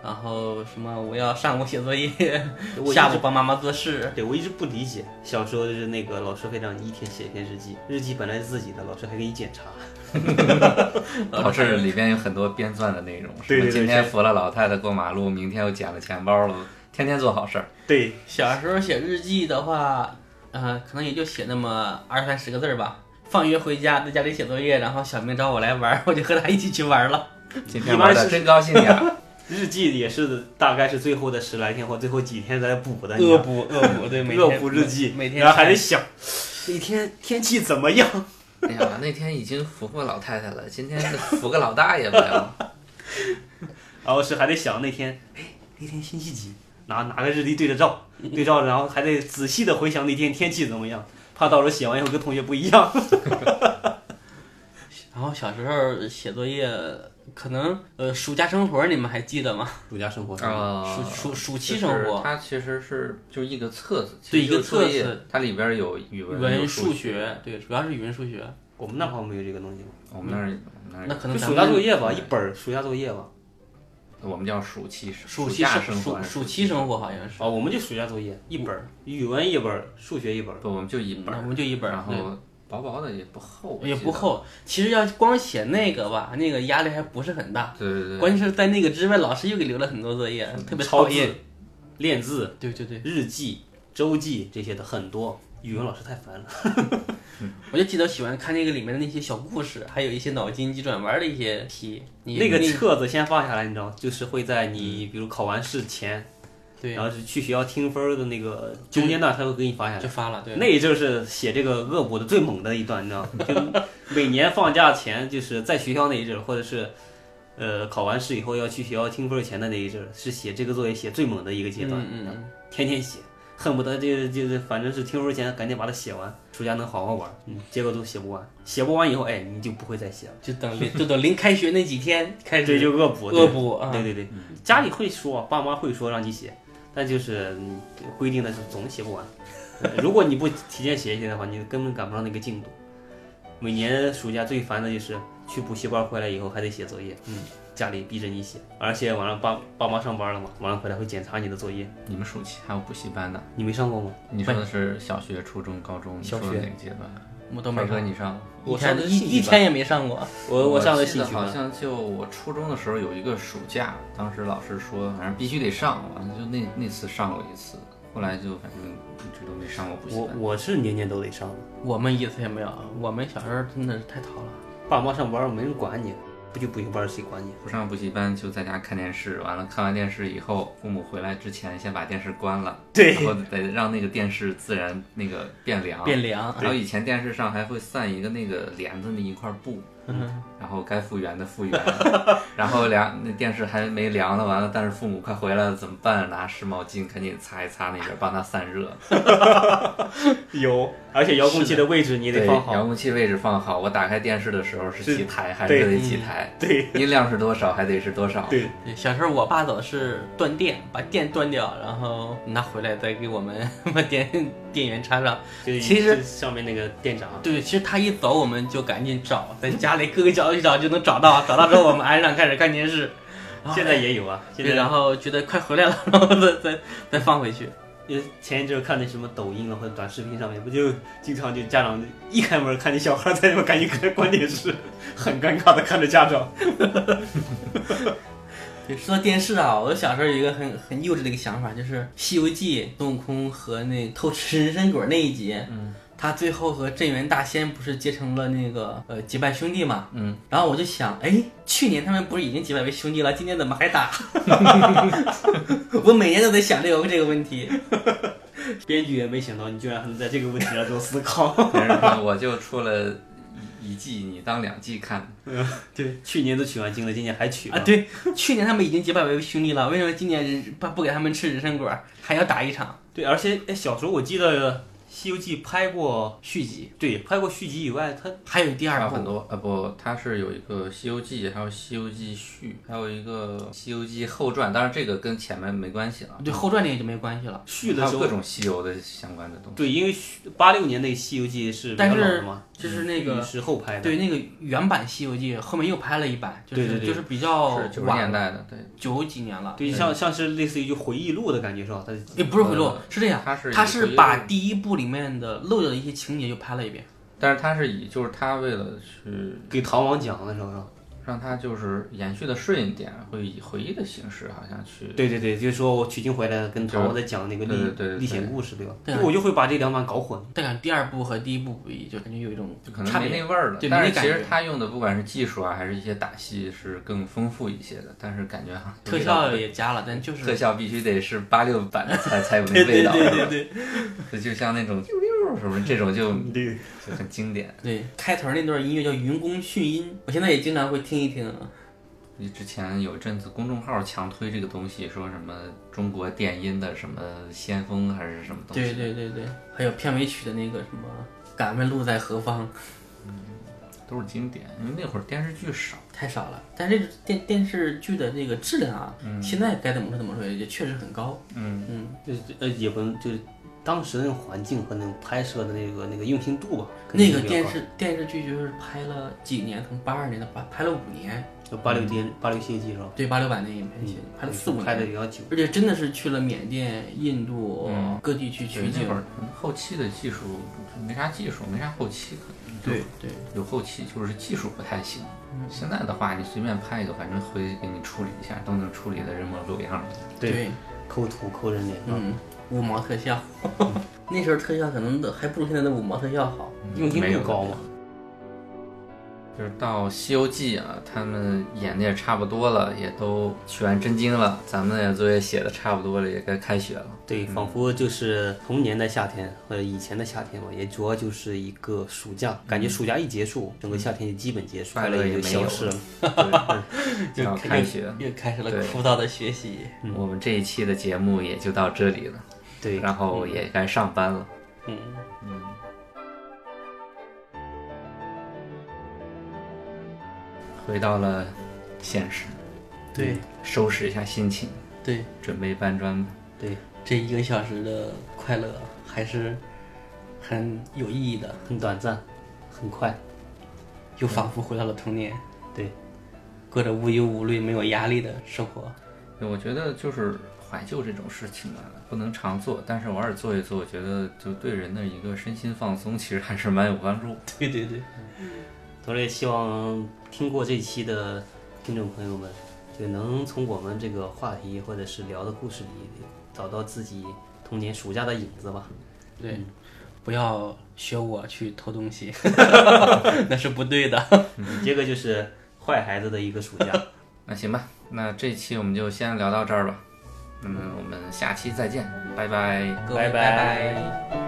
[SPEAKER 3] 然后什么我要上午写作业，
[SPEAKER 2] 我一直
[SPEAKER 3] 下午帮妈妈做事。
[SPEAKER 2] 对我一直不理解，小时候就是那个老师会让你一天写一篇日记，日记本来是自己的，老师还给你检查，
[SPEAKER 1] 导致里边有很多编撰的内容，
[SPEAKER 2] 对
[SPEAKER 1] 什么
[SPEAKER 2] 对对
[SPEAKER 1] 今天扶了老太太过马路，明天又捡了钱包了，天天做好事儿。
[SPEAKER 2] 对，
[SPEAKER 3] 小时候写日记的话，呃，可能也就写那么二三十个字儿吧。放学回家，在家里写作业，然后小明找我来玩儿，我就和他一起去玩儿了。
[SPEAKER 1] 今天玩的真高兴 呀！
[SPEAKER 2] 日记也是大概是最后的十来天或最后几天在补的，你知道
[SPEAKER 3] 恶
[SPEAKER 2] 吗
[SPEAKER 3] 补恶补，对，每天
[SPEAKER 2] 恶补日记，
[SPEAKER 3] 每天
[SPEAKER 2] 然后还得
[SPEAKER 3] 看
[SPEAKER 2] 想那天天气怎么样，
[SPEAKER 1] 哎呀，那天已经扶过老太太了，今天扶个老大爷 吧。
[SPEAKER 2] 然后是还得想那天，哎，那天星期几，拿拿个日历对着照，对照，然后还得仔细的回想那天天气怎么样，怕到时候写完以后跟同学不一 样。
[SPEAKER 3] 然后小时候写作业，可能呃，暑假生活你们还记得吗？
[SPEAKER 2] 暑假生活
[SPEAKER 1] 啊
[SPEAKER 3] 暑暑暑期生活，
[SPEAKER 1] 它其实是就一个册子，
[SPEAKER 3] 对
[SPEAKER 1] 其实就是
[SPEAKER 3] 一个册子
[SPEAKER 1] 作业，它里边有语
[SPEAKER 3] 语
[SPEAKER 1] 文、有
[SPEAKER 3] 文、
[SPEAKER 1] 数
[SPEAKER 3] 数，学，对，主要是语文、数学。
[SPEAKER 2] 我们那块没有这个东西吗？
[SPEAKER 1] 我们那
[SPEAKER 3] 嗯
[SPEAKER 1] 儿我们那儿
[SPEAKER 3] 那可
[SPEAKER 2] 就
[SPEAKER 3] 能咱
[SPEAKER 2] 暑
[SPEAKER 3] 们嗯
[SPEAKER 2] 假作业吧，一本儿暑假作业吧。
[SPEAKER 1] 我们叫暑期
[SPEAKER 3] 暑期
[SPEAKER 1] 假
[SPEAKER 3] 生
[SPEAKER 1] 生活
[SPEAKER 3] 暑
[SPEAKER 1] 还是
[SPEAKER 3] 暑期生活好像嗯是，嗯
[SPEAKER 2] 哦，我们就暑假作业一本儿，语文一本儿，数学一本儿。
[SPEAKER 1] 不，我们就一本
[SPEAKER 3] 那我
[SPEAKER 1] 儿，
[SPEAKER 3] 们嗯就一本儿，
[SPEAKER 1] 然
[SPEAKER 3] 对
[SPEAKER 1] 后薄薄的也不厚，我
[SPEAKER 3] 也
[SPEAKER 1] 记
[SPEAKER 3] 不
[SPEAKER 1] 得。
[SPEAKER 3] 厚。其实要光写那个吧，那个压力还不是很大。
[SPEAKER 1] 对对对，
[SPEAKER 3] 关键是在那个之外，老师又给留了很多作业，
[SPEAKER 2] 嗯
[SPEAKER 3] 特别讨厌
[SPEAKER 2] 抄。字、练字、
[SPEAKER 3] 对对对，
[SPEAKER 2] 日记、周记这些的很多。语文老师太烦了。嗯
[SPEAKER 3] 我就记得喜欢看那个里面的那些小故事，还有一些脑筋急转弯的一些题。你
[SPEAKER 2] 那个册子先放下来，你知道吗，就是会在你比如考完试前
[SPEAKER 3] 对
[SPEAKER 2] 然后是去学校听分儿的那个
[SPEAKER 3] 就是
[SPEAKER 2] 中间段，他会给你发下来。
[SPEAKER 3] 就发了，对，
[SPEAKER 2] 那就是写这个恶补的最猛的一段，你知道吗？就每年放假前，就是在学校那一阵儿，或者是，呃，考完试以后要去学校听分儿前的那一阵儿，是写这个作业写最猛的一个阶段，
[SPEAKER 3] 嗯嗯嗯
[SPEAKER 2] 天天写，恨不得这个就是 反正是听分儿前赶紧把它写完，暑假能好好玩儿。嗯，结果都写不完，写不完以后，哎，你就不会再写了，
[SPEAKER 3] 就等临就等临开学那几天开
[SPEAKER 2] 这
[SPEAKER 3] 始
[SPEAKER 2] 就恶补，对嗯
[SPEAKER 3] 恶补啊。
[SPEAKER 2] 对对对，家里会说，爸妈会说让你写，但就是嗯规定的是总写不完。 如果你不提前写一写的话，你根本赶不上那个进度。每年暑假最烦的就是去补习班回来以后还得写作业，嗯，家里逼着你写，而且晚上爸爸妈上班了嘛，晚上回来会检查你的作业。
[SPEAKER 1] 你们暑期还有补习班呢。
[SPEAKER 2] 你没上过吗？
[SPEAKER 1] 你说的是小学、初中、高中，你
[SPEAKER 2] 小
[SPEAKER 1] 说
[SPEAKER 2] 学
[SPEAKER 1] 的哪个阶段？
[SPEAKER 3] 我都没
[SPEAKER 1] 辉哥，
[SPEAKER 3] 上，
[SPEAKER 1] 你上？
[SPEAKER 3] 一
[SPEAKER 2] 我上的
[SPEAKER 3] 天
[SPEAKER 2] 是
[SPEAKER 3] 一
[SPEAKER 2] 兴趣
[SPEAKER 3] 一
[SPEAKER 2] 班
[SPEAKER 3] 天也没上过。
[SPEAKER 2] 我我上的
[SPEAKER 1] 记
[SPEAKER 2] 兴
[SPEAKER 1] 得
[SPEAKER 2] 趣
[SPEAKER 1] 好
[SPEAKER 2] 班，
[SPEAKER 1] 像就我初中的时候有一个暑假，当时老师说，反正必须得上，完了就那那次上过一次，后来就反正一直都没上过补习
[SPEAKER 2] 我
[SPEAKER 1] 班。
[SPEAKER 2] 我是年年都得上的，
[SPEAKER 3] 啊我们一次也没有，我们小时候真的是太淘了。
[SPEAKER 2] 爸妈上班没人管你，不就补习班谁管你？
[SPEAKER 1] 不上补习班就在家看电视，完了看完电视以后，父母回来之前先把电视关了，
[SPEAKER 2] 对
[SPEAKER 1] 然后得让那个电视自然那个变
[SPEAKER 2] 啊
[SPEAKER 1] 凉。
[SPEAKER 3] 变凉，啊
[SPEAKER 1] 然后啊以前电视上还会散一个那个帘子那一块布，
[SPEAKER 2] 嗯
[SPEAKER 1] 然后该复原的复 原，然后凉那电视还没凉呢，完了，但是父母快回来了怎么办？拿湿毛巾赶紧擦一擦那边，帮他散热。
[SPEAKER 2] 有，而且遥控器的位置你
[SPEAKER 1] 对，
[SPEAKER 2] 得放好。
[SPEAKER 1] 遥控器位置放好。我打开电视的时候是
[SPEAKER 2] 是
[SPEAKER 1] 几台还
[SPEAKER 2] 对
[SPEAKER 1] 是得几台，
[SPEAKER 2] 对
[SPEAKER 1] 音量是多少还得是多少。
[SPEAKER 2] 对，
[SPEAKER 3] 对，小时候我爸总是断电，把电断掉，然后拿回来再给我们 把电电源插上。
[SPEAKER 2] 就是
[SPEAKER 3] 其实
[SPEAKER 2] 就是上面那个店长，啊
[SPEAKER 3] 对，其实他一走我们就赶紧找，在家里各个角落去找就能找到，找到之后我们安上开始看电 视。然后
[SPEAKER 2] 现在也有啊。现
[SPEAKER 3] 哦哎对，
[SPEAKER 2] 在
[SPEAKER 3] 然后觉得快回来了， 然后再再再放回去。
[SPEAKER 2] 因为前一阵儿看那什么抖音了啊或者短视频上面，不就经常就家长一开门看见小孩在那边赶紧开关电 视，很尴尬的看着家长。
[SPEAKER 3] 对，说到电视啊，我小时候有一个很很幼稚的一个想法，就是《西游记》孙悟空和那偷吃人参果那一集，嗯，他最后和镇元大仙不是结成了那个呃结拜兄弟嘛，
[SPEAKER 1] 嗯，
[SPEAKER 3] 然后我就想，哎，去年他们不是已经结拜为兄弟了，今年怎么还打？ 我每年都在想这个这个问题，
[SPEAKER 2] 编剧也没想到你居然还能在这个问题上做思考。
[SPEAKER 1] 别人说我就出了一一季，你当两季看。
[SPEAKER 2] 对，去年都取完经了，今年还取
[SPEAKER 3] 啊，
[SPEAKER 2] 吗
[SPEAKER 3] 对，去年他们已经结拜为兄弟了，为什么今年人不不给他们吃人参果，还要打一场
[SPEAKER 2] 对，而且哎，小时候我记得《西游记》拍过，
[SPEAKER 3] 续集？
[SPEAKER 2] 对，拍过续集以外，它
[SPEAKER 3] 还有第
[SPEAKER 1] 还
[SPEAKER 3] 二
[SPEAKER 1] 有
[SPEAKER 3] 部
[SPEAKER 1] 很，多啊，不，它是有一个《西游记》，还有《西游记续》，还有一个《西游记后传》，当然这个跟前面没关系了。
[SPEAKER 3] 对后传那个就没关系了。
[SPEAKER 2] 续的
[SPEAKER 1] 还
[SPEAKER 2] 时
[SPEAKER 1] 有各
[SPEAKER 2] 候，
[SPEAKER 1] 种西游的相关的东西。
[SPEAKER 2] 对，因为八六年那个《西游记》是比较
[SPEAKER 3] 但
[SPEAKER 2] 老
[SPEAKER 3] 是
[SPEAKER 2] 的嘛，
[SPEAKER 3] 就是那个
[SPEAKER 2] 嗯是后拍的，
[SPEAKER 3] 对，那个原版《西游记》后面又拍了一版，就是
[SPEAKER 2] 对对对
[SPEAKER 3] 就是比较
[SPEAKER 1] 是九十
[SPEAKER 3] 晚
[SPEAKER 1] 年代的，对，
[SPEAKER 3] 九几年了，
[SPEAKER 2] 对，像像是类似于就回忆录的感觉是吧？它
[SPEAKER 3] 也不是回录
[SPEAKER 2] 嗯
[SPEAKER 1] 呃，
[SPEAKER 3] 是这样，
[SPEAKER 1] 它是
[SPEAKER 3] 他
[SPEAKER 1] 以
[SPEAKER 3] 是
[SPEAKER 1] 回忆
[SPEAKER 3] 把
[SPEAKER 1] 录
[SPEAKER 3] 第一部里面的漏掉的一些情节又拍了一遍，
[SPEAKER 1] 但是它是以就是他为了去
[SPEAKER 2] 给唐王讲的时候是吧？
[SPEAKER 1] 让它就是延续的顺一点，会以回忆的形式好像去
[SPEAKER 2] 对对对，就是说我取经回来跟唐王在讲那个
[SPEAKER 1] 对对对
[SPEAKER 2] 历
[SPEAKER 1] 对
[SPEAKER 2] 历险故事对吧？
[SPEAKER 3] 对啊
[SPEAKER 2] 我就会把这两版搞混。
[SPEAKER 3] 但感觉第二部和第一部不一，就感觉有一种
[SPEAKER 1] 就可
[SPEAKER 3] 差
[SPEAKER 1] 能没
[SPEAKER 3] 别。
[SPEAKER 1] 那味儿了
[SPEAKER 3] 对。
[SPEAKER 1] 但
[SPEAKER 3] 没
[SPEAKER 1] 是
[SPEAKER 3] 那
[SPEAKER 1] 其
[SPEAKER 3] 感
[SPEAKER 1] 实
[SPEAKER 3] 觉
[SPEAKER 1] 它用的不管是技术啊，还是一些打戏是更丰富一些的，但是感觉啊，
[SPEAKER 3] 特效也加了，但就是
[SPEAKER 1] 特效必须得是八六版的才才有那
[SPEAKER 3] 对对
[SPEAKER 1] 味道，
[SPEAKER 3] 对对
[SPEAKER 1] 对，就像那种啾溜什么这种就
[SPEAKER 3] 嗯
[SPEAKER 2] 对，
[SPEAKER 1] 就很经典。
[SPEAKER 3] 对，开头那段音乐叫云宫迅音，我现在也经常会听一听啊。
[SPEAKER 1] 你之前有一阵子公众号强推这个东西，说什么中国电音的什么先锋还是什么东西，
[SPEAKER 3] 对对对对，还有片尾曲的那个什么“敢问路在何方”。
[SPEAKER 1] 都是经典。因为那会儿电视剧少，
[SPEAKER 3] 太少了，但是这电电视剧的这个质量啊，现在该怎么说怎么说，也确实很高。
[SPEAKER 1] 嗯
[SPEAKER 3] 嗯，
[SPEAKER 2] 就是呃也不能就是当时那种环境和那种拍摄的那个那个用心度吧。肯定
[SPEAKER 3] 那
[SPEAKER 2] 是比较
[SPEAKER 3] 个电
[SPEAKER 2] 高
[SPEAKER 3] 视电视剧就是拍了几年，从八二年到八拍了五年，
[SPEAKER 2] 就八六电八六西游记是吧？
[SPEAKER 1] 嗯
[SPEAKER 2] 嗯
[SPEAKER 3] 对八六版那一篇嗯拍了四五
[SPEAKER 2] 拍的
[SPEAKER 3] 年，
[SPEAKER 2] 比较久。
[SPEAKER 3] 而且真的是去了缅甸、印度、
[SPEAKER 1] 嗯
[SPEAKER 3] 各地去取
[SPEAKER 1] 那
[SPEAKER 3] 景
[SPEAKER 1] 会。儿后期的技术没啥技术，没啥后期可能。
[SPEAKER 3] 对对，
[SPEAKER 1] 有后期就是技术不太行。
[SPEAKER 3] 嗯
[SPEAKER 1] 现在的话，你随便拍一个，反正回去给你处理一下，都能处理的人模狗样的。
[SPEAKER 2] 对，抠图抠人脸，
[SPEAKER 3] 嗯，五毛特效，
[SPEAKER 1] 嗯
[SPEAKER 3] 那时候特效可能还不如现在的五毛特效好。
[SPEAKER 2] 用心
[SPEAKER 1] 没有
[SPEAKER 2] 度高嘛。
[SPEAKER 1] 就是到《西游记》啊，他们演的也差不多了，也都取完真经了，咱们也作业写的差不多了，也该开学 了。
[SPEAKER 2] 对，仿佛就是童年的夏天和以前的夏天嘛，也主要就是一个暑假，感觉暑假一结束，整个夏天就基本结
[SPEAKER 1] 嗯
[SPEAKER 2] 束，
[SPEAKER 1] 快乐
[SPEAKER 2] 乐
[SPEAKER 1] 也
[SPEAKER 2] 也就
[SPEAKER 1] 没有
[SPEAKER 2] 消失了。
[SPEAKER 1] 对，要开学。
[SPEAKER 3] 又开始了
[SPEAKER 1] 对
[SPEAKER 3] 枯燥的学习。
[SPEAKER 1] 我们这一期的节目也就到这里了，
[SPEAKER 2] 对，
[SPEAKER 1] 然后也该上班了。
[SPEAKER 2] 嗯，
[SPEAKER 1] 回到了现实，
[SPEAKER 3] 对
[SPEAKER 1] 收拾一下心情，
[SPEAKER 3] 对，
[SPEAKER 1] 准备搬砖吧。
[SPEAKER 2] 对，
[SPEAKER 3] 这一个小时的快乐还是很有意义的，
[SPEAKER 2] 很短暂，很快。
[SPEAKER 3] 又仿佛回到了童年，
[SPEAKER 2] 对，
[SPEAKER 3] 过着无忧无虑、没有压力的生活。
[SPEAKER 1] 对，我觉得就是怀旧这种事情啊，不能常做，但是偶尔做一做，我觉得就对人的一个身心放松，其实还是蛮有帮助。
[SPEAKER 3] 对对对，
[SPEAKER 2] 同时也希望听过这期的听众朋友们，就能从我们这个话题或者是聊的故事里，找到自己童年暑假的影子吧。
[SPEAKER 3] 对，不要学我去偷东西，那是不对的。
[SPEAKER 1] 嗯
[SPEAKER 2] 你 这个就是坏孩子的一个暑假。
[SPEAKER 1] 那行吧，那这期我们就先聊到这儿吧。那么我们下期再见，拜拜。
[SPEAKER 3] 各位
[SPEAKER 2] 拜拜
[SPEAKER 3] 拜